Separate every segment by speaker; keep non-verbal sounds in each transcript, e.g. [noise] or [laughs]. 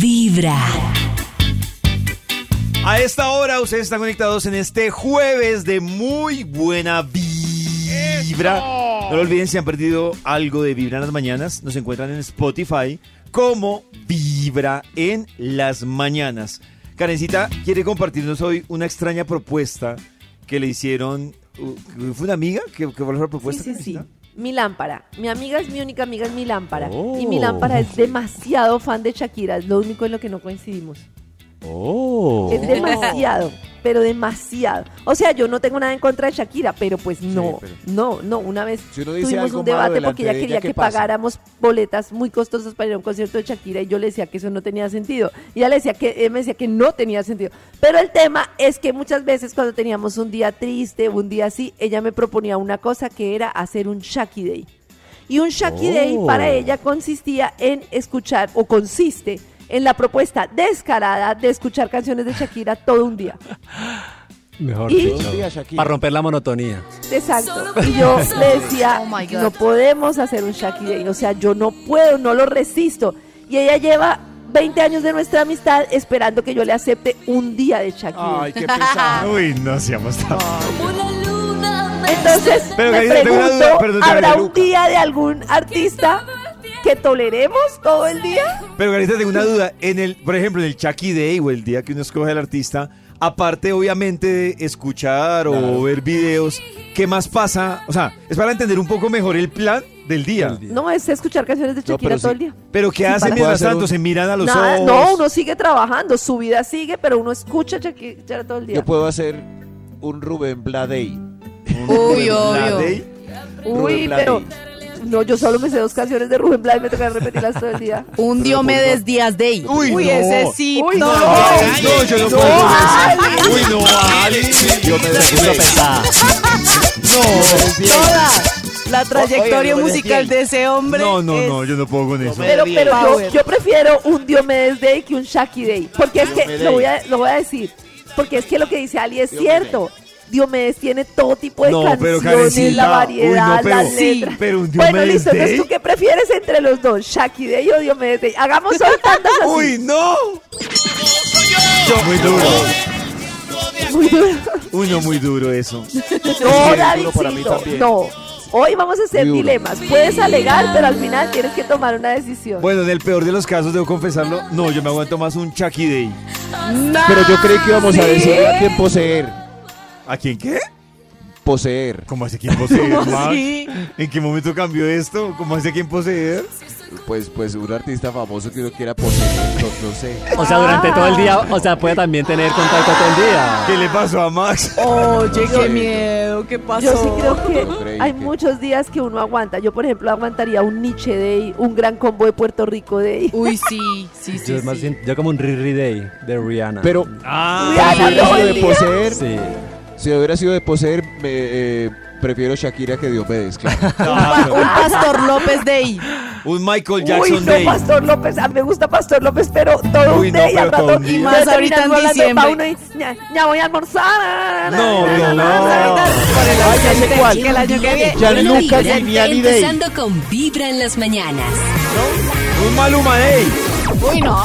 Speaker 1: Vibra.
Speaker 2: A esta hora ustedes están conectados en este jueves de muy buena vibra. No lo olviden si han perdido algo de Vibra en las mañanas, nos encuentran en Spotify como Vibra en las mañanas. Karencita quiere compartirnos hoy una extraña propuesta que le hicieron. uh, ¿Fue una amiga que, que fue la propuesta?
Speaker 3: Sí, sí, sí.
Speaker 2: Karencita?
Speaker 3: Mi lámpara. Mi amiga es mi única amiga, es mi lámpara.
Speaker 2: Oh.
Speaker 3: Y mi lámpara es demasiado fan de Shakira. Es lo único en lo que no coincidimos.
Speaker 2: Oh.
Speaker 4: Oh.
Speaker 3: Es demasiado, pero demasiado. O sea, yo no tengo nada en contra de Shakira, pero pues no,
Speaker 4: pero-
Speaker 3: no, no. Una vez
Speaker 4: Si uno dice
Speaker 3: tuvimos
Speaker 4: algo
Speaker 3: un
Speaker 4: malo
Speaker 3: debate
Speaker 4: delante
Speaker 3: porque ella
Speaker 4: de ella,
Speaker 3: quería
Speaker 4: ¿qué
Speaker 3: que
Speaker 4: pasa?
Speaker 3: pagáramos boletas muy costosas para ir a un concierto de Shakira y yo le decía que eso no tenía sentido. Y ella le decía que, él me decía que no tenía sentido. Pero el tema es que muchas veces cuando teníamos un día triste, un día así, ella me proponía una cosa que era hacer un Shaki Day. Y un Shaki Day para ella consistía en escuchar, o consiste en la propuesta descarada de escuchar canciones de Shakira todo un día.
Speaker 5: Mejor
Speaker 3: Y-
Speaker 5: dicho.
Speaker 4: Día, Shakira.
Speaker 5: Para romper la monotonía.
Speaker 3: Exacto. Y yo le decía,
Speaker 6: Oh my God.
Speaker 3: no podemos hacer un Shaki Day. O sea, yo no puedo, no lo resisto. Y ella lleva 20 años de nuestra amistad esperando que yo le acepte un día de Shaki Day.
Speaker 4: Ay, qué pesado.
Speaker 2: Uy, no seamos tan.
Speaker 3: [laughs] Entonces,
Speaker 2: Pero,
Speaker 3: me
Speaker 2: Karina, tengo una duda,
Speaker 3: pregunto,
Speaker 2: perdón,
Speaker 3: ¿habrá
Speaker 2: Karina,
Speaker 3: un
Speaker 2: Luca.
Speaker 3: día de algún artista que toleremos todo el día?
Speaker 2: Pero Carita, tengo una duda. En el, por ejemplo, en el Chucky Day o el día que uno escoge al artista, aparte obviamente de escuchar o ver videos, ¿qué más pasa? O sea, es para entender un poco mejor el plan del día.
Speaker 5: Del día.
Speaker 3: No, es escuchar canciones de Shakira
Speaker 4: pero
Speaker 3: todo
Speaker 4: sí.
Speaker 3: el día.
Speaker 2: Pero ¿qué
Speaker 3: Sí,
Speaker 2: hacen
Speaker 3: para-
Speaker 2: mientras
Speaker 4: Puede hacer
Speaker 2: tanto?
Speaker 4: un-
Speaker 2: ¿Se miran a los
Speaker 3: Nada,
Speaker 2: ojos?
Speaker 3: no, uno sigue trabajando, su vida sigue, pero uno escucha Shakira todo el día.
Speaker 4: Yo puedo hacer un Rubén Bladey.
Speaker 6: Uy,
Speaker 2: ¿La
Speaker 6: obvio.
Speaker 2: Day?
Speaker 3: Uy,
Speaker 4: Rubén Blades.
Speaker 3: pero no, yo solo me sé dos canciones de Rubén Blades, me toca repetirlas todo el día.
Speaker 6: Un Diomedes Díaz Day.
Speaker 2: Uy,
Speaker 6: Uy,
Speaker 2: no.
Speaker 6: ese sí.
Speaker 3: Oh. Uy,
Speaker 6: no.
Speaker 3: no.
Speaker 2: Ay, no, yo no puedo con eso. Uy, no, Alex.
Speaker 4: Yo me descuento pesada. No,
Speaker 6: Toda la trayectoria
Speaker 4: Oye,
Speaker 6: musical
Speaker 4: oye,
Speaker 6: de ese hombre.
Speaker 2: No, no, no,
Speaker 6: es-
Speaker 2: yo no puedo con eso.
Speaker 3: Pero,
Speaker 4: Bien.
Speaker 3: pero yo,
Speaker 6: Power.
Speaker 3: yo prefiero un Diomedes Day que un Shaki Day. Porque es que,
Speaker 4: Diomedes.
Speaker 3: lo voy, a, lo voy a decir, porque es que lo que dice Ali es
Speaker 4: Diomedes.
Speaker 3: cierto. Diomedes tiene todo tipo de
Speaker 2: No, pero
Speaker 3: canciones,
Speaker 2: Karencita,
Speaker 3: la variedad,
Speaker 2: uy, no, pero-
Speaker 3: las letras.
Speaker 2: sí, pero un
Speaker 3: bueno,
Speaker 2: Diomedes
Speaker 3: listo, entonces
Speaker 2: Day.
Speaker 3: tú qué prefieres entre los dos, Shaki Day o Diomedes Day. Hagamos hoy tandas así.
Speaker 2: Uy, no. Muy duro.
Speaker 3: Muy duro.
Speaker 2: Uno muy duro eso.
Speaker 3: No,
Speaker 4: duro
Speaker 3: Davidcito,
Speaker 4: para mí también.
Speaker 3: no. Hoy vamos a hacer
Speaker 4: Muy duro.
Speaker 3: dilemas. Puedes alegar, pero al final tienes que tomar una decisión.
Speaker 2: Bueno, en el peor de los casos, debo confesarlo, no, yo me aguanto más un Chucky Day.
Speaker 4: Pero yo creí que íbamos a decirle a quién poseer.
Speaker 2: ¿A quién qué?
Speaker 4: Poseer.
Speaker 2: ¿Cómo hace quien poseer,
Speaker 6: ¿Cómo
Speaker 2: Max?
Speaker 6: así?
Speaker 2: ¿En qué momento cambió esto? ¿Cómo hace quien poseer?
Speaker 4: Pues, pues un artista famoso que uno quiera poseer. No, no sé.
Speaker 5: O sea, durante todo el día, o sea, puede también tener contacto todo el día.
Speaker 2: ¿Qué le pasó a Max?
Speaker 6: Oye, qué miedo, qué pasó.
Speaker 3: Yo sí creo
Speaker 4: Yo
Speaker 3: que
Speaker 4: creí
Speaker 3: hay
Speaker 4: que-
Speaker 3: muchos días que uno aguanta. Yo, por ejemplo, aguantaría un Nietzsche Day, un gran combo de Puerto Rico Day.
Speaker 6: Uy, sí, sí, sí.
Speaker 5: Yo, es más
Speaker 6: sí.
Speaker 5: bien- yo como un Riri Day de Rihanna.
Speaker 4: Pero
Speaker 2: Ah,
Speaker 3: Rihanna.
Speaker 4: si hubiera sido de poseer,
Speaker 5: Sí.
Speaker 4: si hubiera sido de poseer, me, eh, prefiero Shakira que Diomedes, claro.
Speaker 2: [laughs] claro.
Speaker 6: Un Pastor López Day.
Speaker 2: [laughs] un Michael Jackson
Speaker 3: Uy, no,
Speaker 2: Day.
Speaker 3: Pastor López. A mí me gusta Pastor López, pero todo
Speaker 2: Uy,
Speaker 3: un
Speaker 2: no,
Speaker 3: day
Speaker 2: pero
Speaker 3: al rato.
Speaker 2: todo un día.
Speaker 3: y
Speaker 6: Más
Speaker 3: terminando
Speaker 6: ahorita en
Speaker 3: hablando de
Speaker 6: diciembre.
Speaker 3: Pauno y, ya, ya voy a almorzar.
Speaker 2: No, no,
Speaker 6: Por
Speaker 4: Ay,
Speaker 6: el
Speaker 4: ya sé
Speaker 6: ausente,
Speaker 4: cuál.
Speaker 6: que el año que viene.
Speaker 4: Gianluca
Speaker 1: Vibra,
Speaker 4: Viviani Day.
Speaker 1: Empezando con Vibra en las mañanas.
Speaker 2: Un Maluma eh. Day.
Speaker 6: Uy, no.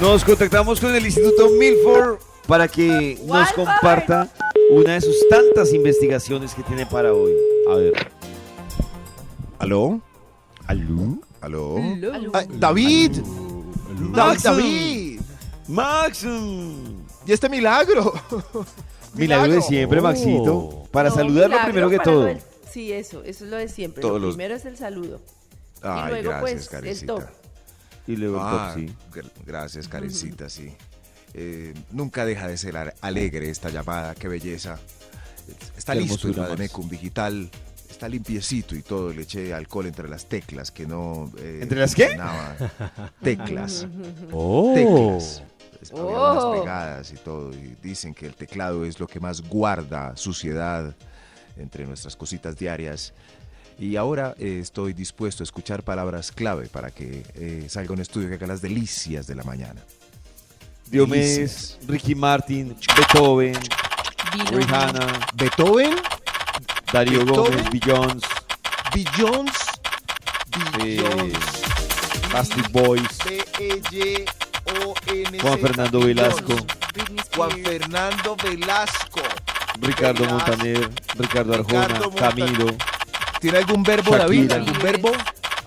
Speaker 2: Nos contactamos con el Instituto Milford para que nos comparta una de sus tantas investigaciones que tiene para hoy. A ver.
Speaker 4: ¿Aló? ¿Aló? ¿Aló?
Speaker 7: Mm,
Speaker 4: Ah, ¡David! ¡David,
Speaker 2: Maxum.
Speaker 4: David!
Speaker 2: Max.
Speaker 4: ¡Y este milagro!
Speaker 2: Milagro de siempre,
Speaker 5: Oh.
Speaker 2: Maxito. Para saludarlo primero que todo.
Speaker 3: Sí, eso, eso es lo de siempre.
Speaker 4: Todos Lo los-
Speaker 3: primero es el saludo.
Speaker 4: Ay,
Speaker 3: luego,
Speaker 4: gracias,
Speaker 3: pues, el
Speaker 4: Karencita.
Speaker 3: top.
Speaker 2: Y luego el
Speaker 4: Ah,
Speaker 2: top, sí.
Speaker 4: gr- Gracias, Karencita, sí. Eh, nunca deja de ser ar- alegre esta llamada, qué belleza. Está
Speaker 2: Qué
Speaker 4: listo el
Speaker 2: hermosura, Max.
Speaker 4: Bademecum Digital. Está
Speaker 8: está limpiecito y todo, le eché alcohol entre las teclas, que no... eh,
Speaker 2: ¿Entre las qué?
Speaker 8: funcionaba.
Speaker 2: [laughs]
Speaker 8: Teclas,
Speaker 5: Oh.
Speaker 8: teclas. Pues, había unas
Speaker 3: Oh.
Speaker 8: pegadas y todo, y dicen que el teclado es lo que más guarda suciedad entre nuestras cositas diarias. Y ahora eh, estoy dispuesto a escuchar palabras clave para que eh, salga un estudio que haga las delicias de la mañana.
Speaker 2: Diomedes,
Speaker 8: Delicias.
Speaker 2: Ricky Martin, Beethoven, Rihanna,
Speaker 8: Beethoven,
Speaker 2: Darío
Speaker 8: Beethoven.
Speaker 2: Gómez, Beyoncé,
Speaker 8: Billions,
Speaker 2: eh,
Speaker 8: Billions.
Speaker 2: Bastard Boys,
Speaker 8: E B-E-Y-O-N-Z.
Speaker 2: Juan Fernando Velasco,
Speaker 8: Juan Fernando Velasco.
Speaker 2: Ricardo
Speaker 8: Velasco.
Speaker 2: Montaner, Ricardo Arjona,
Speaker 8: Ricardo Montaner.
Speaker 2: Camilo,
Speaker 8: ¿Tiene algún verbo,
Speaker 2: Shakira.
Speaker 8: David? ¿Algún verbo?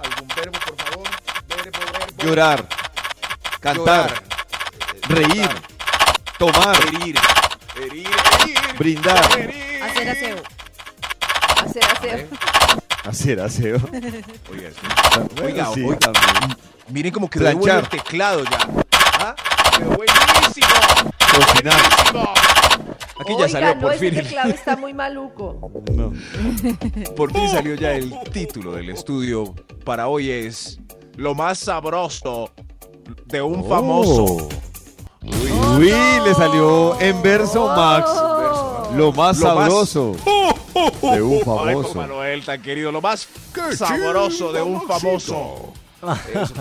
Speaker 8: ¿Algún verbo, por favor? Verbo, verbo.
Speaker 2: llorar, cantar, reír, tomar,
Speaker 8: Herir. Herir, herir.
Speaker 2: brindar,
Speaker 6: Hacer aseo.
Speaker 3: Hacer aseo.
Speaker 2: hacer aseo.
Speaker 8: Oiga, es-
Speaker 2: Bueno, sí,
Speaker 8: oiga.
Speaker 2: también.
Speaker 8: Miren como quedó de bueno el
Speaker 2: Planchar.
Speaker 8: teclado ya. ¿Ah? Quedó buenísimo.
Speaker 2: cocinar.
Speaker 8: Aquí
Speaker 3: Oiga,
Speaker 8: ya salió,
Speaker 3: no,
Speaker 8: por
Speaker 3: ese
Speaker 8: fin.
Speaker 3: teclado está muy maluco.
Speaker 2: No.
Speaker 8: Por fin salió ya el título del estudio. Para hoy es Lo más sabroso de un
Speaker 2: Oh.
Speaker 8: famoso.
Speaker 2: Uy,
Speaker 6: Oh,
Speaker 2: le salió en verso
Speaker 3: Oh.
Speaker 2: Max. Lo más
Speaker 8: Lo más- Oh.
Speaker 2: sabroso
Speaker 9: Oh,
Speaker 2: de un famoso.
Speaker 8: Manuel, tan querido, lo más sabroso de un famoso. Eso.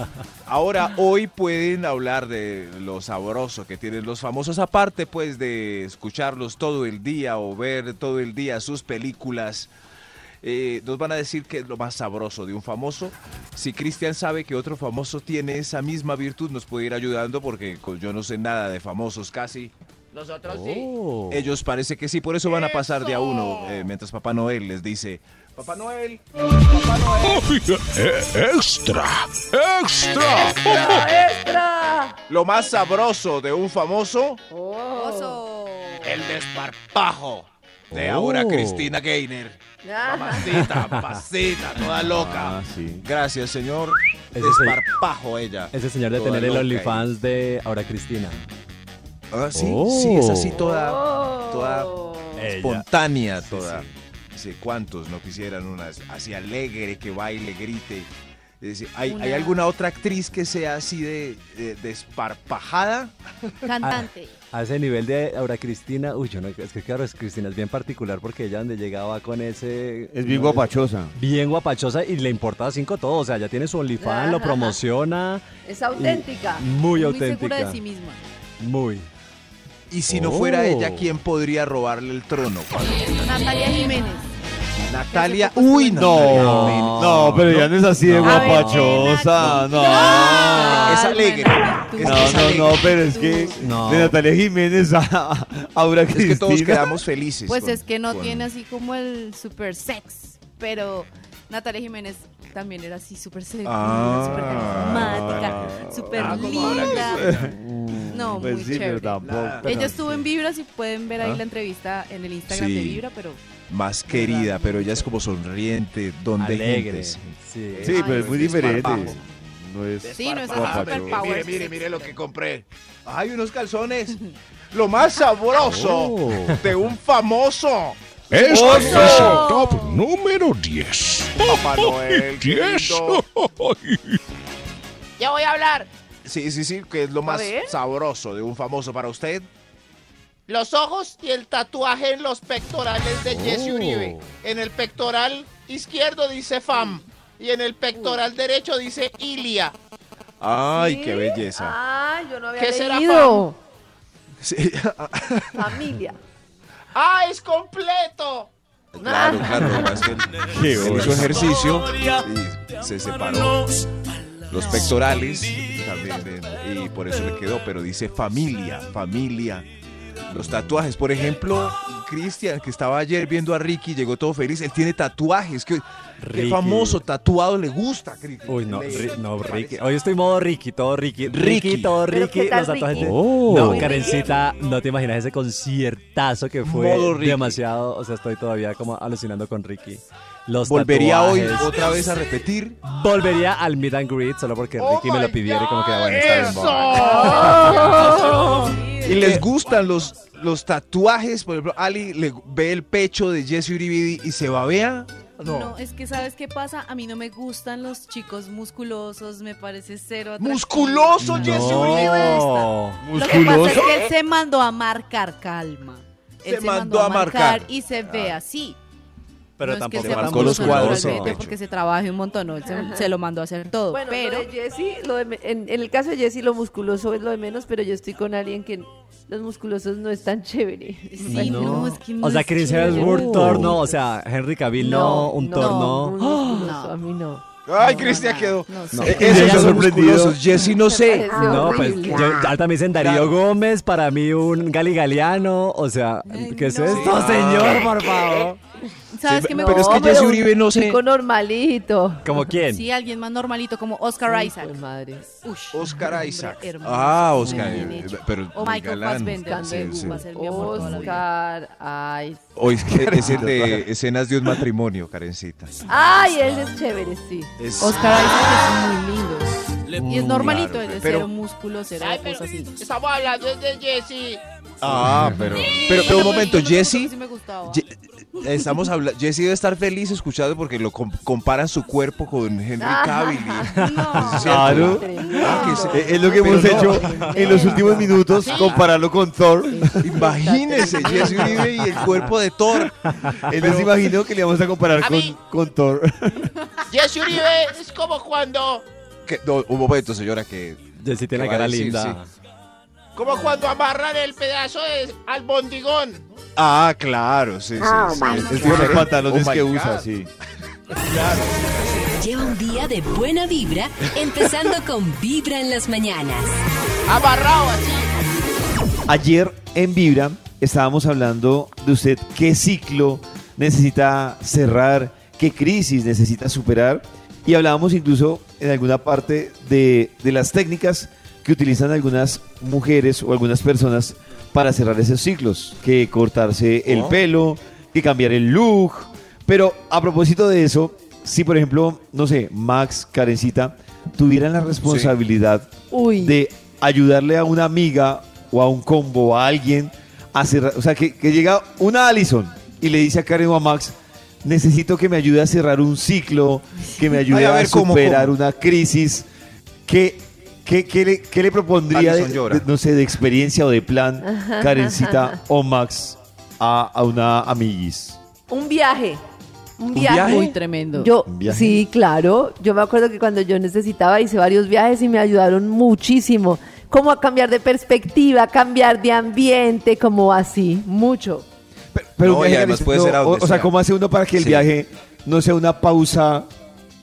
Speaker 8: Ahora, hoy pueden hablar de lo sabroso que tienen los famosos, aparte pues de escucharlos todo el día o ver todo el día sus películas. Eh, nos van a decir que es lo más sabroso de un famoso. Si Cristian sabe que otro famoso tiene esa misma virtud, nos puede ir ayudando porque co- yo no sé nada de famosos casi.
Speaker 5: Oh.
Speaker 8: Ellos parece que sí, por eso van a pasar de a uno, eh, mientras Papá Noel les dice, Papá Noel,
Speaker 9: Oh, Eh.
Speaker 5: eh,
Speaker 3: ¡Extra!
Speaker 8: lo más sabroso de un famoso,
Speaker 6: Oso.
Speaker 8: el desparpajo de
Speaker 5: Oh.
Speaker 8: ahora Cristina Gainer.
Speaker 3: Ah,
Speaker 8: Pasita, pasita, toda loca.
Speaker 2: Ah, sí.
Speaker 8: Gracias, señor.
Speaker 5: Ese es el-
Speaker 8: Desparpajo ella.
Speaker 5: Ese señor de
Speaker 8: Toda
Speaker 5: tener el
Speaker 8: loca
Speaker 5: OnlyFans de ahora Cristina.
Speaker 8: ahí. Ah, sí,
Speaker 5: Oh.
Speaker 8: sí, es así toda
Speaker 3: oh.
Speaker 8: toda- espontánea toda. Sí, cuántos no quisieran una así alegre, que baile, grite. Es decir, ¿hay, hay
Speaker 6: Una-
Speaker 8: alguna otra actriz que sea así de, de- desparpajada?
Speaker 6: Cantante.
Speaker 5: A ese nivel de ahora Cristina, uy, yo no, es que claro, es Cristina es bien particular porque ella donde llegaba con ese...
Speaker 2: Es bien
Speaker 5: no,
Speaker 2: guapachosa.
Speaker 5: Bien guapachosa y le importaba cinco todo, o sea, ya tiene su OnlyFans, lo
Speaker 3: Ajá.
Speaker 5: promociona,
Speaker 8: [laughs]
Speaker 3: Es auténtica.
Speaker 5: muy
Speaker 6: segura
Speaker 5: auténtica,
Speaker 6: de sí misma.
Speaker 5: muy.
Speaker 8: Y si no
Speaker 5: Oh.
Speaker 8: fuera ella, ¿quién podría robarle el trono?
Speaker 6: Natalia Jiménez.
Speaker 8: Natalia. Uy,
Speaker 2: No,
Speaker 8: Natalia.
Speaker 2: no, pero ya no es así de
Speaker 5: no.
Speaker 2: guapachosa. No.
Speaker 8: Es
Speaker 6: Calma,
Speaker 8: alegre.
Speaker 6: Natalia,
Speaker 8: Es
Speaker 6: tú.
Speaker 8: que
Speaker 2: No,
Speaker 8: es
Speaker 2: no,
Speaker 8: alegre.
Speaker 2: no, pero es que
Speaker 5: No.
Speaker 2: de Natalia Jiménez a a Aura
Speaker 8: Es que todos
Speaker 2: Cristina.
Speaker 8: quedamos felices.
Speaker 6: Pues
Speaker 8: con-
Speaker 6: es que no
Speaker 8: con-
Speaker 6: tiene así como el super sex, pero Natalia Jiménez también era así super sexy,
Speaker 8: Ah.
Speaker 6: super carismática, super
Speaker 8: Ah, como ahora
Speaker 6: linda. No,
Speaker 2: Pues
Speaker 6: muy
Speaker 2: sí, pero
Speaker 6: chévere.
Speaker 2: tampoco.
Speaker 8: Nada.
Speaker 2: pero
Speaker 6: Ella estuvo en Vibra, si pueden ver ahí
Speaker 2: ¿Ah?
Speaker 6: la entrevista en el Instagram
Speaker 8: Sí.
Speaker 6: de Vibra, pero
Speaker 8: Más querida, pero ella es como sonriente, donde
Speaker 5: alegre.
Speaker 8: gentes.
Speaker 5: Sí.
Speaker 2: Sí, pero es muy diferente.
Speaker 8: Desparpajo.
Speaker 2: No es
Speaker 6: Sí, no es así,
Speaker 2: guapachosa.
Speaker 6: superpajo. Power Sex.
Speaker 8: lo que compré. Hay
Speaker 2: [laughs]
Speaker 8: unos calzones. Lo más sabroso
Speaker 5: Oh.
Speaker 8: de un famoso.
Speaker 9: Este
Speaker 2: ¡Oso!
Speaker 9: es el top número 10.
Speaker 8: Papá Noel. qué
Speaker 9: 10.
Speaker 8: lindo.
Speaker 6: ya voy a hablar.
Speaker 8: Sí, sí, sí, que es lo más
Speaker 6: ver.
Speaker 8: sabroso de un famoso para usted.
Speaker 7: Los ojos y el tatuaje en los pectorales de Jesse
Speaker 5: Oh.
Speaker 7: Uribe. En el pectoral izquierdo dice FAM. Y en el pectoral derecho dice Ilia.
Speaker 8: Oh. Ay,
Speaker 3: ¿Sí?
Speaker 8: qué belleza.
Speaker 3: Ay, yo no había
Speaker 7: ¿Qué será,
Speaker 3: leído.
Speaker 8: Sí, [laughs]
Speaker 3: Familia.
Speaker 7: [laughs] ¡Ah, es completo!
Speaker 8: claro, claro. lo más que-
Speaker 2: Qué
Speaker 8: Él hizo
Speaker 2: oso.
Speaker 8: ejercicio y se separó los pectorales también de- y por eso le quedó, pero dice familia, familia. Los tatuajes, por ejemplo, Cristian, que estaba ayer viendo a Ricky, llegó todo feliz, él tiene tatuajes, que
Speaker 5: Ricky.
Speaker 8: famoso tatuado le gusta, Cristian.
Speaker 5: Uy, no,
Speaker 8: Le-
Speaker 5: Ri- no, Ricky.
Speaker 8: parece-
Speaker 5: Hoy estoy modo Ricky, todo Ricky.
Speaker 8: Ricky.
Speaker 5: Ricky, todo
Speaker 3: ¿Pero
Speaker 5: Ricky.
Speaker 3: qué tal
Speaker 5: los tatuajes
Speaker 3: Ricky?
Speaker 5: de-
Speaker 2: Oh.
Speaker 5: No, Karencita, no te imaginas ese conciertazo que fue
Speaker 8: Modo Ricky.
Speaker 5: demasiado. O sea, estoy todavía como alucinando con Ricky. Los
Speaker 8: Volvería hoy
Speaker 5: tatuajes.
Speaker 8: otra vez a repetir.
Speaker 5: Volvería al meet and greet solo porque
Speaker 7: Oh
Speaker 5: Ricky me
Speaker 7: my
Speaker 5: lo pidiera y como que
Speaker 7: God,
Speaker 5: bueno, está bien, vamos.
Speaker 8: Y les gustan los, los tatuajes, por ejemplo, Ali le ve el pecho de Jesse Uribe y se babea
Speaker 6: No. es que ¿sabes qué pasa? A mí no me gustan los chicos musculosos, me parece cero atractivo.
Speaker 7: ¡Musculoso,
Speaker 6: No.
Speaker 7: Jesse
Speaker 6: Me
Speaker 7: Uribe!
Speaker 6: gusta. Lo que pasa es que él se mandó a marcar, calma. Él
Speaker 8: Se mandó a marcar. Ah.
Speaker 6: y se ve así.
Speaker 5: Pero
Speaker 6: No es que
Speaker 5: tampoco
Speaker 6: sea
Speaker 5: tan
Speaker 8: marcó los
Speaker 6: musculoso
Speaker 8: cuadros en el
Speaker 6: realmente,
Speaker 8: pecho.
Speaker 6: porque se trabaje un montón, ¿no? Él se, se lo mandó a hacer todo.
Speaker 3: Bueno,
Speaker 6: pero
Speaker 3: lo de Jesse, lo de me- en, en el caso de Jesse, lo musculoso es lo de menos, pero yo estoy con alguien que los musculosos no es tan chévere.
Speaker 6: sí, no. es que no
Speaker 5: O sea,
Speaker 6: es
Speaker 5: Chris
Speaker 6: chévere.
Speaker 5: Hemsworth, torno. O sea, Henry Cavill, no. Un
Speaker 3: No,
Speaker 5: torno.
Speaker 3: un musculoso, a mí no.
Speaker 8: Ay,
Speaker 6: No,
Speaker 8: Cristian
Speaker 6: no,
Speaker 8: quedó.
Speaker 6: no,
Speaker 5: No.
Speaker 6: sí.
Speaker 8: Eh, esos
Speaker 5: Ya
Speaker 8: son
Speaker 5: sorprendido.
Speaker 8: musculosos. Jesse no sé.
Speaker 3: Parece
Speaker 5: No, pues
Speaker 3: horrible.
Speaker 5: yo ahorita me dicen Darío Gómez, para mí un Gali Galeano, o sea,
Speaker 6: Ay,
Speaker 5: ¿qué es
Speaker 6: no.
Speaker 5: esto,
Speaker 8: Sí.
Speaker 5: señor, por favor?
Speaker 6: ¿Sabes
Speaker 8: Sí,
Speaker 6: qué me
Speaker 8: pero es
Speaker 6: gusta?
Speaker 8: que
Speaker 3: pero
Speaker 8: Jesse
Speaker 3: un
Speaker 8: Uribe no sé.
Speaker 3: Chico normalito.
Speaker 5: ¿Como quién?
Speaker 6: Sí, alguien más normalito como Oscar
Speaker 3: Ay,
Speaker 6: Isaac.
Speaker 3: pues, madre.
Speaker 6: Ush,
Speaker 8: Oscar
Speaker 6: hombre
Speaker 8: Isaac.
Speaker 6: hermoso,
Speaker 8: Ah, Oscar.
Speaker 6: muy bien
Speaker 8: eh,
Speaker 6: hecho.
Speaker 8: Pero
Speaker 6: O
Speaker 8: muy
Speaker 6: Michael
Speaker 8: galán.
Speaker 6: Fassbender,
Speaker 8: Sí, sí.
Speaker 6: va a ser mi amor toda la vida.
Speaker 3: Oscar Isaac.
Speaker 8: O es, que es el de escenas de un matrimonio, Karencita.
Speaker 3: Ay, ese es chévere, sí.
Speaker 8: Es-
Speaker 6: Oscar Isaac es muy lindo. Y es normalito,
Speaker 8: claro,
Speaker 6: es de
Speaker 8: pero-
Speaker 6: cero músculo, cero
Speaker 7: Ay, pero
Speaker 6: cosas así.
Speaker 7: estamos hablando de Jesse.
Speaker 8: Ah, pero. Pero, pero un
Speaker 6: Bueno,
Speaker 8: momento,
Speaker 6: pues, yo no sé
Speaker 8: Jesse.
Speaker 6: si me gustaba.
Speaker 8: Ye- Estamos hablando. Jesse debe estar feliz escuchando porque lo com- comparan su cuerpo con Henry Cavill. y- [laughs] Ah,
Speaker 6: No.
Speaker 8: Sí, Claro.
Speaker 3: Tremendo.
Speaker 2: Es-
Speaker 8: eh,
Speaker 2: Es lo que hemos
Speaker 8: Pero [laughs]
Speaker 2: hecho en los últimos minutos,
Speaker 7: Sí.
Speaker 2: compararlo con Thor.
Speaker 8: Imagínese, Jesse Uribe y el cuerpo de Thor.
Speaker 2: Él no se imaginó que le íbamos a comparar
Speaker 7: A
Speaker 2: con,
Speaker 7: mí.
Speaker 2: con Thor.
Speaker 7: Jesse Uribe es como cuando,
Speaker 8: Que- no, un momento, señora, que.
Speaker 5: Jessy tiene
Speaker 8: ¿Qué
Speaker 5: la
Speaker 8: va a
Speaker 5: cara
Speaker 8: decir?
Speaker 5: linda.
Speaker 7: como cuando amarran el pedazo de, al bondigón.
Speaker 8: Ah, claro, sí, sí. sí.
Speaker 2: Es es por los pantalones
Speaker 8: Oh my
Speaker 2: que
Speaker 8: God.
Speaker 2: usa, sí.
Speaker 1: Lleva un día de buena vibra, empezando con Vibra en las mañanas.
Speaker 7: Amarrado así.
Speaker 2: Ayer en Vibra estábamos hablando de usted qué ciclo necesita cerrar, qué crisis necesita superar y hablábamos incluso en alguna parte de, de las técnicas que utilizan algunas mujeres o algunas personas para cerrar esos ciclos, que cortarse el
Speaker 8: Oh.
Speaker 2: pelo, que cambiar el look. Pero a propósito de eso, si por ejemplo, no sé, Max, Karencita, tuvieran la responsabilidad
Speaker 3: Uy.
Speaker 2: de ayudarle a una amiga o a un combo, a alguien, a cerrar. O sea, que, que llega una Allison y le dice a Karen o a Max, necesito que me ayude a cerrar un ciclo, que me ayude
Speaker 8: Ay, a
Speaker 2: a,
Speaker 8: ver, ¿cómo,
Speaker 2: superar
Speaker 8: cómo?
Speaker 2: una crisis. ¿Qué, qué- qué le, qué le propondría, de,
Speaker 8: Allison llora.
Speaker 2: de- no sé, de experiencia o de plan, Karencita o Max, a, a una amiguis?
Speaker 3: Un viaje. Un
Speaker 8: viaje?
Speaker 3: viaje.
Speaker 6: Muy tremendo.
Speaker 3: Yo,
Speaker 2: ¿Un viaje?
Speaker 3: sí, claro. Yo me acuerdo que cuando yo necesitaba hice varios viajes y me ayudaron muchísimo. Como a cambiar de perspectiva, cambiar de ambiente, como así, mucho.
Speaker 2: Pero, pero
Speaker 8: No,
Speaker 2: un
Speaker 8: y
Speaker 2: viaje
Speaker 8: además
Speaker 2: realiza-
Speaker 8: puede
Speaker 2: no,
Speaker 8: ser a
Speaker 2: o-
Speaker 8: donde
Speaker 2: o, sea,
Speaker 8: sea.
Speaker 2: ¿cómo hace uno para que el
Speaker 8: Sí.
Speaker 2: viaje no sea una pausa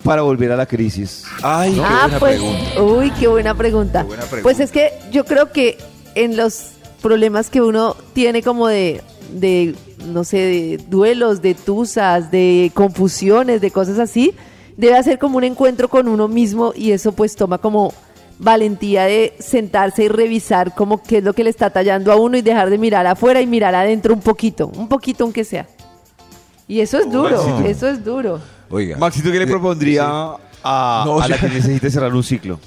Speaker 2: para volver a la crisis?
Speaker 8: Ay, qué
Speaker 3: ah,
Speaker 8: buena
Speaker 3: pues,
Speaker 8: pregunta.
Speaker 3: uy, qué buena pregunta.
Speaker 8: Qué buena pregunta.
Speaker 3: Pues es que yo creo que en los problemas que uno tiene como de, de no sé, de duelos, de tusas, de confusiones, de cosas así, debe hacer como un encuentro con uno mismo y eso pues toma como valentía de sentarse y revisar como qué es lo que le está tallando a uno y dejar de mirar afuera y mirar adentro un poquito, un poquito aunque sea. Y eso es duro,
Speaker 8: sí, tú-
Speaker 3: eso es duro.
Speaker 8: Oiga.
Speaker 2: Maxito, ¿qué le
Speaker 8: Eh,
Speaker 2: propondría a,
Speaker 8: No,
Speaker 2: a la
Speaker 8: o sea-
Speaker 2: que
Speaker 3: [laughs]
Speaker 2: necesite cerrar un ciclo?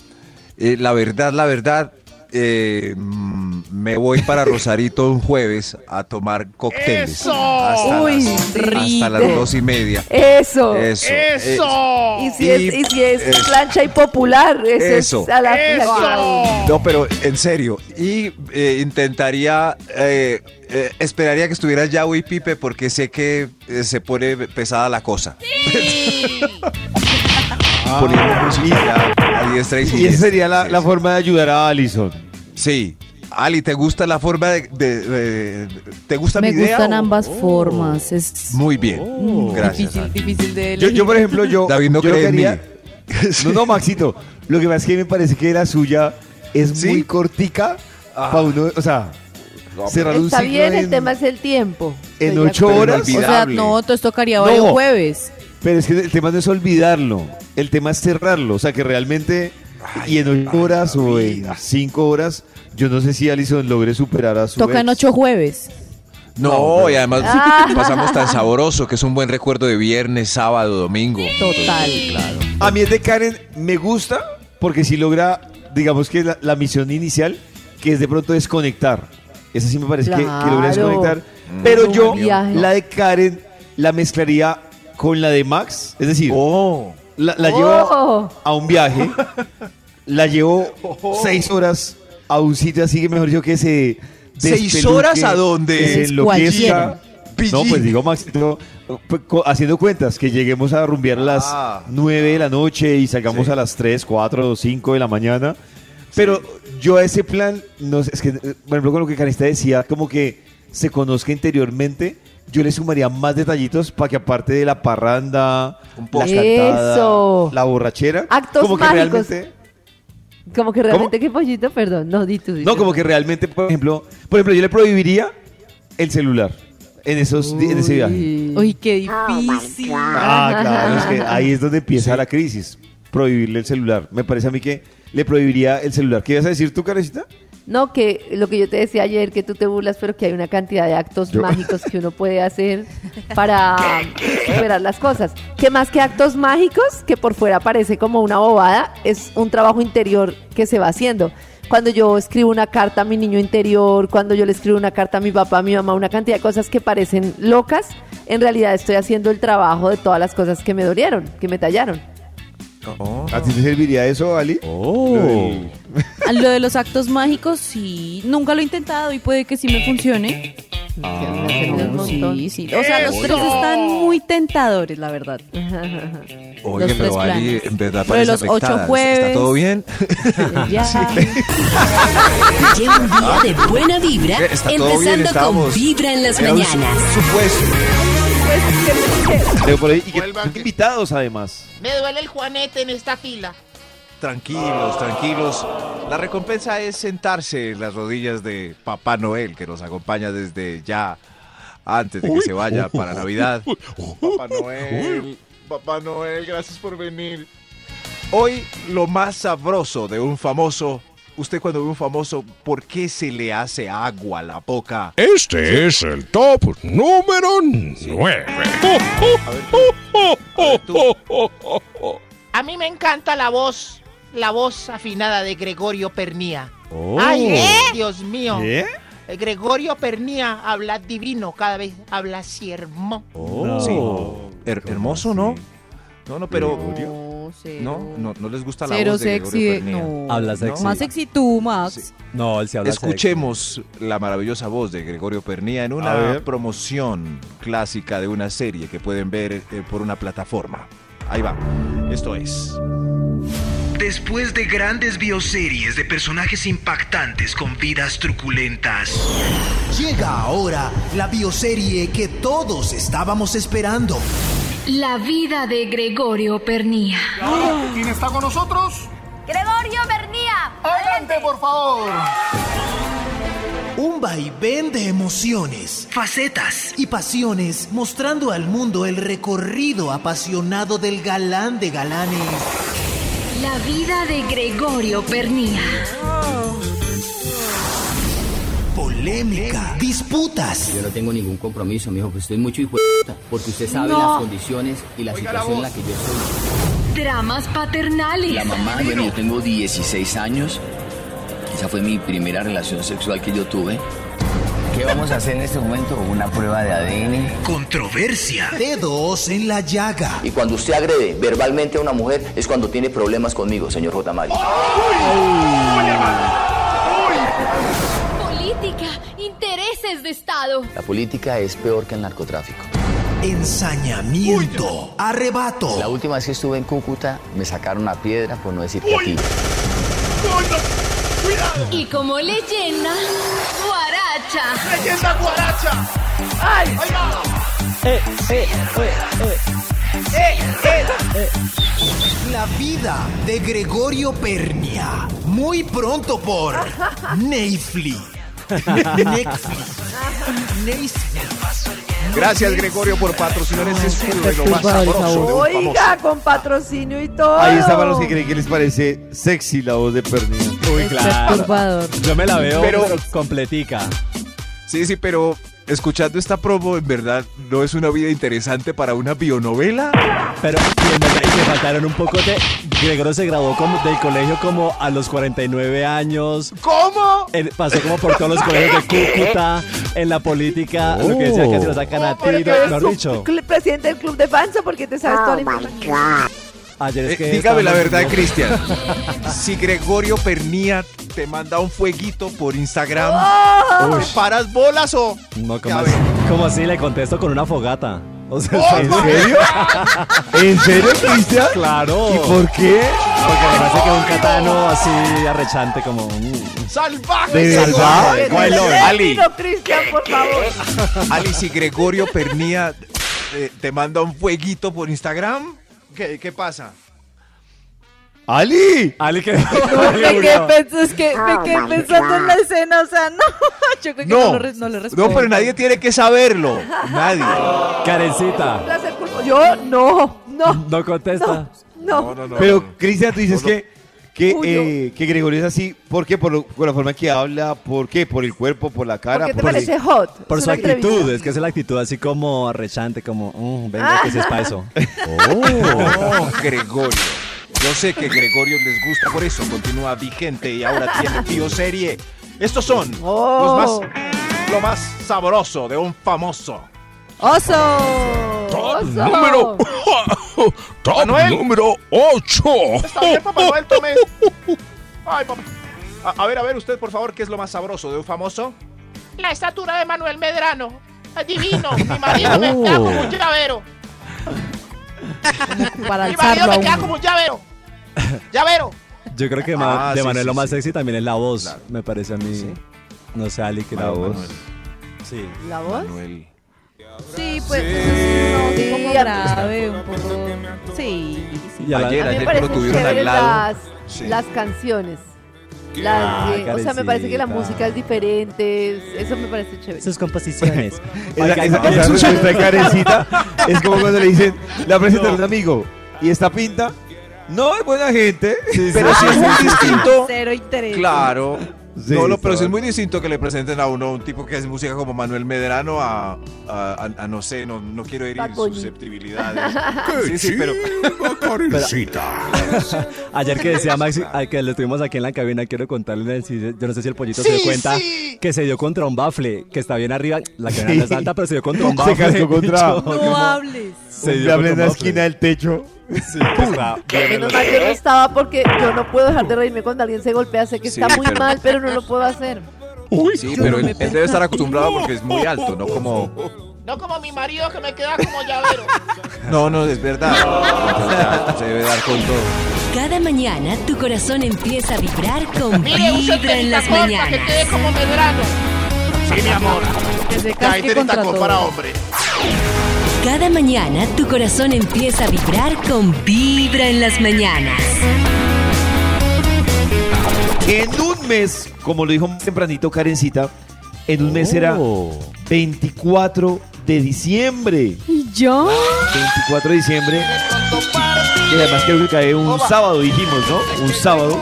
Speaker 8: Eh, la verdad, la verdad, eh, mm, me voy para Rosarito un jueves a tomar cócteles.
Speaker 7: ¡Eso!
Speaker 8: Hasta,
Speaker 3: Uy,
Speaker 8: las,
Speaker 3: rico.
Speaker 8: hasta las dos y media.
Speaker 3: Eso.
Speaker 8: Eso. eh,
Speaker 7: ¡Eso!
Speaker 3: Y si es,
Speaker 8: Y-
Speaker 3: y si es
Speaker 8: eso.
Speaker 3: plancha y popular, eso,
Speaker 8: Eso.
Speaker 3: es a la
Speaker 7: ¡Eso!
Speaker 8: no, pero en serio. Y eh, intentaría, eh, eh, esperaría que estuviera Yahweh y Pipe porque sé que eh, se pone pesada la cosa. [laughs] Poniendo música a diestra
Speaker 2: Ah.
Speaker 8: y
Speaker 2: Y esa
Speaker 8: siniestra.
Speaker 2: sería la,
Speaker 8: Sí,
Speaker 2: la
Speaker 8: sí.
Speaker 2: forma de ayudar a Allison.
Speaker 8: Sí. Ali, ¿te gusta la forma de... de- de- ¿Te gusta
Speaker 6: me
Speaker 8: mi idea?
Speaker 6: gustan
Speaker 8: o-
Speaker 6: ambas formas. Es
Speaker 8: Muy bien.
Speaker 2: Oh.
Speaker 8: Gracias.
Speaker 6: Mm, difícil,
Speaker 8: Ali.
Speaker 6: difícil de
Speaker 2: Yo, yo, por ejemplo, yo.
Speaker 8: David no
Speaker 2: yo
Speaker 8: cree en mí.
Speaker 2: quería- [laughs] No, no, Maxito. Lo que pasa es que me parece que la suya es
Speaker 8: ¿Sí? Ah.
Speaker 2: muy cortica para uno. O sea, cerrar un
Speaker 3: Está
Speaker 2: ciclo
Speaker 3: bien, el
Speaker 2: en-
Speaker 3: tema es el tiempo.
Speaker 2: en
Speaker 3: Estoy de
Speaker 2: ocho
Speaker 3: acuerdo.
Speaker 2: horas.
Speaker 6: O sea,
Speaker 8: Inolvidable.
Speaker 6: no, entonces tocaría
Speaker 2: No.
Speaker 6: varios jueves.
Speaker 2: Pero es que el tema no es olvidarlo, el tema es cerrarlo. O sea, que realmente, y en ocho horas o en cinco horas, yo no sé si Alison logre superar a su
Speaker 6: Toca en
Speaker 2: ex.
Speaker 6: ocho jueves.
Speaker 8: No, y además
Speaker 3: Ah.
Speaker 8: pasamos tan sabroso que es un buen recuerdo de viernes, sábado, domingo.
Speaker 6: Total.
Speaker 2: A mí es de Karen, me gusta, porque si logra, digamos que la, la misión inicial, que es de pronto desconectar. Esa sí me parece que- que, logra
Speaker 3: Claro.
Speaker 2: desconectar. Pero
Speaker 3: Un
Speaker 2: yo,
Speaker 3: viaje.
Speaker 2: la de Karen, la mezclaría con la de Max. Es decir,
Speaker 8: Oh.
Speaker 2: la, la llevó
Speaker 3: Oh.
Speaker 2: a un
Speaker 8: [laughs]
Speaker 2: viaje, la llevó
Speaker 8: Oh.
Speaker 2: seis horas a un sitio así que mejor yo que se.
Speaker 8: ¿Seis horas
Speaker 2: despeluque,
Speaker 8: a dónde?
Speaker 2: que se
Speaker 8: Es
Speaker 2: enloquezca.
Speaker 8: cualquiera. Pillín.
Speaker 2: No, pues digo, Max, no, pues, co- haciendo cuentas, que lleguemos a rumbear a las
Speaker 8: Ah.
Speaker 2: nueve de la noche y salgamos
Speaker 8: Sí.
Speaker 2: a las tres, cuatro o cinco de la mañana. Pero yo a ese plan, no sé, es que, eh, por ejemplo, con lo que Canista decía, como que se conozca interiormente, yo le sumaría más detallitos para que aparte de la parranda, la cantada,
Speaker 3: Eso.
Speaker 2: la borrachera,
Speaker 3: Actos
Speaker 2: como que
Speaker 3: mágicos.
Speaker 2: realmente,
Speaker 3: Como que realmente, qué pollito, perdón. No, di tú. di
Speaker 2: no,
Speaker 3: tú.
Speaker 2: como que realmente, por ejemplo, por ejemplo, yo le prohibiría el celular en esos di- en ese viaje.
Speaker 3: Uy.
Speaker 6: Uy, qué difícil.
Speaker 2: Ah, claro, es que
Speaker 3: [laughs]
Speaker 2: ahí es donde empieza la crisis. Prohibirle el celular. Me parece a mí que le prohibiría el celular. ¿Qué ibas a decir tú, Carecita?
Speaker 3: No, que lo que yo te decía ayer, que tú te burlas, pero que hay una cantidad de actos mágicos que uno puede [laughs] hacer para superar las cosas. Que más que actos mágicos, que por fuera parece como una bobada, es un trabajo interior que se va haciendo. Cuando yo escribo una carta a mi niño interior, cuando yo le escribo una carta a mi papá, a mi mamá, una cantidad de cosas que parecen locas, en realidad estoy haciendo el trabajo de todas las cosas que me dolieron, que me tallaron.
Speaker 2: ¿A ti te serviría eso, Ali?
Speaker 5: Oh.
Speaker 6: A Ah, Lo de los actos mágicos, sí. Nunca lo he intentado y puede que sí me funcione.
Speaker 1: Ah.
Speaker 3: Un montón.
Speaker 6: sí, sí. O sea, los tres están muy tentadores, la verdad.
Speaker 8: Oye,
Speaker 6: Los tres
Speaker 8: pero Ali,
Speaker 6: planes.
Speaker 8: en verdad
Speaker 6: Lo de
Speaker 8: parece
Speaker 6: los ocho
Speaker 8: afectada. ¿Está
Speaker 6: jueves.
Speaker 8: todo
Speaker 6: [laughs]
Speaker 8: bien?
Speaker 3: Ya.
Speaker 1: Lleva un día de buena vibra,
Speaker 8: Eh, está todo bien,
Speaker 1: empezando con
Speaker 8: estábamos-
Speaker 1: Vibra en las
Speaker 8: Era un su-
Speaker 1: mañanas.
Speaker 8: supuesto.
Speaker 2: Leo por ahí. Y que
Speaker 7: Vuelvan que-
Speaker 2: invitados, además.
Speaker 7: Me duele el juanete en esta fila.
Speaker 8: Tranquilos, tranquilos. La recompensa es sentarse en las rodillas de Papá Noel, que nos acompaña desde ya, antes de que se vaya para Navidad. Papá
Speaker 9: Oh,
Speaker 8: Noel, Papá Noel, gracias por venir. Hoy, lo más sabroso de un famoso. Usted cuando ve un famoso, ¿por qué se le hace agua a la boca?
Speaker 9: Este es el top número Oh, 9. oh,
Speaker 7: A mí me encanta la voz, la voz afinada de Gregorio Pernía.
Speaker 9: oh.
Speaker 10: Oh.
Speaker 7: Ay, eh, Dios mío.
Speaker 2: ¿Qué?
Speaker 7: Eh, Gregorio Pernía habla divino, cada vez habla así hermoso.
Speaker 8: Sí.
Speaker 5: Oh,
Speaker 8: Her- hermoso, ¿no? No, no, pero...
Speaker 6: No sé.
Speaker 8: No, no, no les gusta la
Speaker 6: Cero
Speaker 8: voz de
Speaker 6: sexy.
Speaker 8: Gregorio
Speaker 6: de-
Speaker 8: Pernía.
Speaker 6: No.
Speaker 5: Habla sexy.
Speaker 6: Más sexy tú, Max.
Speaker 8: Sí.
Speaker 5: No, él se habla sexy.
Speaker 8: Escuchemos la maravillosa voz de Gregorio Pernía en
Speaker 2: A
Speaker 8: una
Speaker 2: ver.
Speaker 8: promoción clásica de una serie que pueden ver eh, por una plataforma. Ahí va. Esto es.
Speaker 11: Después de grandes bioseries de personajes impactantes con vidas truculentas, llega ahora la bioserie que todos estábamos esperando.
Speaker 12: La vida de Gregorio Pernía.
Speaker 7: ¿Quién está con nosotros?
Speaker 12: Gregorio Pernía.
Speaker 7: Adelante, por favor.
Speaker 11: Un vaivén de emociones, facetas y pasiones mostrando al mundo el recorrido apasionado del galán de galanes.
Speaker 12: La vida de Gregorio Pernía.
Speaker 11: Polémica, disputas,
Speaker 12: Yo no tengo ningún compromiso, mijo, pues estoy mucho hijo de puta, porque usted sabe las condiciones y la situación en la que yo estoy. Dramas paternales. La mamá, bueno, yo tengo 16 años. Esa fue mi primera relación sexual que yo tuve. ¿Qué vamos a hacer en este momento? Una prueba de ADN.
Speaker 11: controversia, dedos en la llaga.
Speaker 12: Y cuando usted agrede verbalmente a una mujer es cuando tiene problemas conmigo, señor J. Mario. Política, intereses de Estado. La política es peor que el narcotráfico.
Speaker 11: Ensañamiento, arrebato.
Speaker 12: La última vez que estuve en Cúcuta me sacaron a piedra por no decir que aquí. Y como leyenda, guaracha.
Speaker 7: ¡Leyenda guaracha! ¡Ay! ¡Oiga!
Speaker 11: La vida de Gregorio Pernia. Muy pronto por Netflix. Netflix. Netflix.
Speaker 8: Gracias, Gregorio, por patrocinar ese escudo de lo más sabroso de un famoso.
Speaker 3: Oiga, con patrocinio y todo.
Speaker 2: Ahí está para los
Speaker 3: Oh.
Speaker 2: que creen que les parece sexy la voz de Pernilla.
Speaker 5: Uy,
Speaker 3: Este
Speaker 5: claro.
Speaker 3: Perturbador.
Speaker 5: Yo me la veo,
Speaker 8: Pero-
Speaker 5: pero, completica.
Speaker 8: Sí, sí, pero escuchando esta promo, en verdad, no es una vida interesante para una bionovela.
Speaker 5: Pero y en verdad, y me faltaron un poco de... Gregorio se graduó como- del colegio como a los 49 años.
Speaker 8: ¿Cómo?
Speaker 5: pasó como por todos los colegios de Cúcuta, en la política, lo que decía que se lo sacan a
Speaker 3: Oh, Pero tú
Speaker 5: tiro,
Speaker 3: eres
Speaker 5: mejor
Speaker 3: un
Speaker 5: dicho.
Speaker 3: cl- presidente del club de fans, ¿o porque te sabes toda la información?
Speaker 5: Ayer es que
Speaker 8: Eh, dígame la
Speaker 5: estábamos
Speaker 8: verdad,
Speaker 5: viendo-
Speaker 8: Cristian.
Speaker 5: [laughs]
Speaker 8: si Gregorio Pernía te manda un fueguito por Instagram,
Speaker 3: ¡Oh!
Speaker 8: ¿te paras bolas o?
Speaker 5: No,
Speaker 8: Ya
Speaker 5: como así, como así le contesto con una fogata. O sea,
Speaker 8: ¡Oh,
Speaker 5: sí,
Speaker 8: my [laughs]
Speaker 5: sí.
Speaker 2: ¿En serio, Cristian?
Speaker 5: Claro.
Speaker 2: ¿Y por qué?
Speaker 5: Porque me parece que un catano así arrechante como... mm.
Speaker 8: ¡Salvaje!
Speaker 5: ¿De
Speaker 8: Gregorio!
Speaker 5: verdad?
Speaker 8: Gregorio.
Speaker 5: ¿Cuál es?
Speaker 8: Ali,
Speaker 3: No, Cristian, por favor.
Speaker 8: Ali, si Gregorio Pernía eh, te manda un fueguito por Instagram, ¿qué, qué pasa?
Speaker 2: ¡Ali!
Speaker 5: Ali
Speaker 8: [laughs]
Speaker 5: que...
Speaker 6: No, me
Speaker 5: Ali
Speaker 6: quedé,
Speaker 5: murió.
Speaker 6: pens- es que me quedé pensando en la escena, o sea, no, [laughs] yo creo pues, que no, lo re- no le respondo.
Speaker 8: no, pero nadie tiene que saberlo. Nadie.
Speaker 5: Karencita,
Speaker 3: Placer culposo. Yo no, no,
Speaker 5: no contesta.
Speaker 3: no.
Speaker 8: no, no.
Speaker 2: Pero, Cristian, tú dices que, que,
Speaker 3: Uy, yo-
Speaker 2: eh, que Gregorio es así. ¿Por qué? Por, lo- por la forma en que habla. ¿Por qué? Por el cuerpo, por la cara.
Speaker 3: ¿Por qué te
Speaker 2: por-
Speaker 3: parece hot?
Speaker 5: Por
Speaker 3: Es
Speaker 5: su
Speaker 3: una
Speaker 5: actitud,
Speaker 3: entrevista.
Speaker 5: uh, es que es la actitud así como arrechante, como, "Mm, venga, que se es pa' eso.
Speaker 8: Oh, Gregorio. Yo sé que Gregorio les gusta, por eso continúa vigente y ahora tiene bioserie. Estos son
Speaker 3: Oh.
Speaker 8: los más, lo más sabroso de un famoso.
Speaker 6: ¡Oso!
Speaker 9: Top
Speaker 6: ¡Oso!
Speaker 9: número. [laughs] Top
Speaker 8: Manuel.
Speaker 9: número 8.
Speaker 8: Está bien, papá Noel, tome. Ay, papá. A, a ver, a ver, usted, por favor, ¿qué es lo más sabroso de un famoso?
Speaker 7: La estatura de Manuel Medrano.
Speaker 11: [laughs]
Speaker 7: Es divino. Mi marido me queda como un llavero.
Speaker 6: Para
Speaker 7: Mi marido
Speaker 6: alzarlo a
Speaker 7: me queda
Speaker 6: uno.
Speaker 7: como un llavero. Llavero.
Speaker 5: [laughs] Yo creo que ma-
Speaker 8: Ah,
Speaker 5: de
Speaker 8: sí,
Speaker 5: Manuel
Speaker 8: sí,
Speaker 5: lo más
Speaker 8: sí.
Speaker 5: sexy también es la voz,
Speaker 8: Claro.
Speaker 5: me parece a mí. No sé, Ali, que la
Speaker 8: Manuel,
Speaker 5: voz.
Speaker 8: Manuel.
Speaker 5: Sí.
Speaker 6: ¿La voz?
Speaker 8: Manuel.
Speaker 6: Sí, pues, no, un poco grave, un poco... Sí, sí.
Speaker 5: Y a la-
Speaker 8: Ayer,
Speaker 3: A mí me
Speaker 8: ayer cuando
Speaker 3: parecen
Speaker 8: tuvieron al
Speaker 3: chéveres
Speaker 8: lado.
Speaker 3: Las,
Speaker 8: Sí.
Speaker 3: las canciones. Las,
Speaker 5: Ah,
Speaker 3: de- o sea, me parece que la
Speaker 5: Karencita.
Speaker 3: música es diferente. Eso me parece chévere.
Speaker 5: Sus composiciones.
Speaker 2: [laughs] Esa,
Speaker 5: Oiga,
Speaker 2: esa-
Speaker 5: no,
Speaker 2: esa
Speaker 5: es un-
Speaker 2: respuesta de Karencita es como cuando le dicen, la presenta un amigo y esta pinta no es buena gente, pero sí es muy distinto.
Speaker 6: Cero interés.
Speaker 8: Claro.
Speaker 2: Sí,
Speaker 8: no, lo- pero
Speaker 2: está
Speaker 8: sí es muy distinto que le presenten a uno un tipo que hace música como Manuel Medrano a, a, a- a no sé, no, no quiero herir
Speaker 3: Bad
Speaker 8: [laughs]
Speaker 3: Bunny. [laughs]
Speaker 8: susceptibilidades.
Speaker 9: ¡Qué
Speaker 8: Sí, sí, pero-
Speaker 9: chimba, Karencita!
Speaker 5: Ayer que decía Maxi, al que lo tuvimos aquí en la cabina, quiero contarle, si- yo no sé si el pollito se dio
Speaker 8: Sí,
Speaker 5: cuenta,
Speaker 8: sí.
Speaker 5: que se dio contra un bafle, que está bien arriba, la cabina no es
Speaker 2: Sí.
Speaker 5: alta, pero se dio contra un
Speaker 2: Se
Speaker 5: bafle.
Speaker 2: cascó contra-
Speaker 5: [laughs] Yo,
Speaker 6: No
Speaker 5: como-
Speaker 6: hables.
Speaker 5: se
Speaker 2: Un
Speaker 5: dio
Speaker 2: diablo
Speaker 5: contra
Speaker 2: en
Speaker 5: un
Speaker 2: la
Speaker 5: bafle.
Speaker 2: esquina del techo.
Speaker 5: Sí, está bien
Speaker 3: Menos mal yo no estaba porque yo no puedo dejar de reírme cuando alguien se golpea. Sé que
Speaker 8: Sí,
Speaker 3: está muy
Speaker 8: pero-
Speaker 3: mal, pero no lo puedo hacer.
Speaker 8: Sí, pero él, él debe estar acostumbrado porque es muy alto, ¿no? Como...
Speaker 7: No como mi marido que me queda como llavero.
Speaker 8: No, no, es verdad. Se debe dar con todo.
Speaker 1: Cada mañana tu corazón empieza a vibrar con
Speaker 7: Mire,
Speaker 1: vibra
Speaker 7: un
Speaker 1: en
Speaker 7: shortcita
Speaker 1: las
Speaker 7: corta que
Speaker 1: mañanas.
Speaker 7: quede como Medrano. Sí, mi amor.
Speaker 6: Que se casque contra todo.
Speaker 7: hombre.
Speaker 1: Cada mañana tu corazón empieza a vibrar con vibra en las mañanas.
Speaker 2: En un mes, como lo dijo más tempranito Karencita, en un mes era
Speaker 9: Oh.
Speaker 2: 24 de diciembre.
Speaker 6: ¿Y yo?
Speaker 2: 24 de diciembre. Y además creo que cae un sábado, dijimos, ¿no? Un sábado,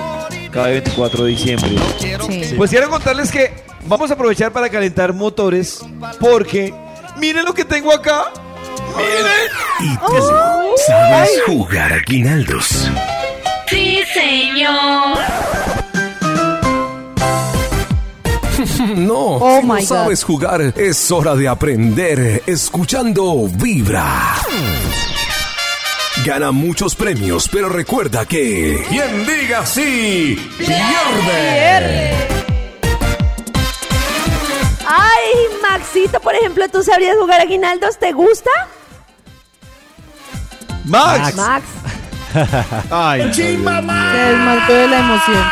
Speaker 2: cae 24 de diciembre.
Speaker 6: Sí.
Speaker 2: Pues quiero contarles que vamos a aprovechar para calentar motores porque miren lo que tengo acá.
Speaker 9: Y tú sabes jugar a Guinaldos.
Speaker 1: Sí, señor.
Speaker 9: [laughs] No,
Speaker 6: Oh
Speaker 9: si no
Speaker 6: my God.
Speaker 9: sabes jugar. Es hora de aprender escuchando Vibra. Gana muchos premios, pero recuerda que quien diga sí pierde.
Speaker 3: Ay, Maxito, por ejemplo, ¿tú sabrías jugar a Guinaldos? ¿Te gusta?
Speaker 2: Max.
Speaker 3: Max.
Speaker 2: Ay, no,
Speaker 6: Se desmarcó de la emoción.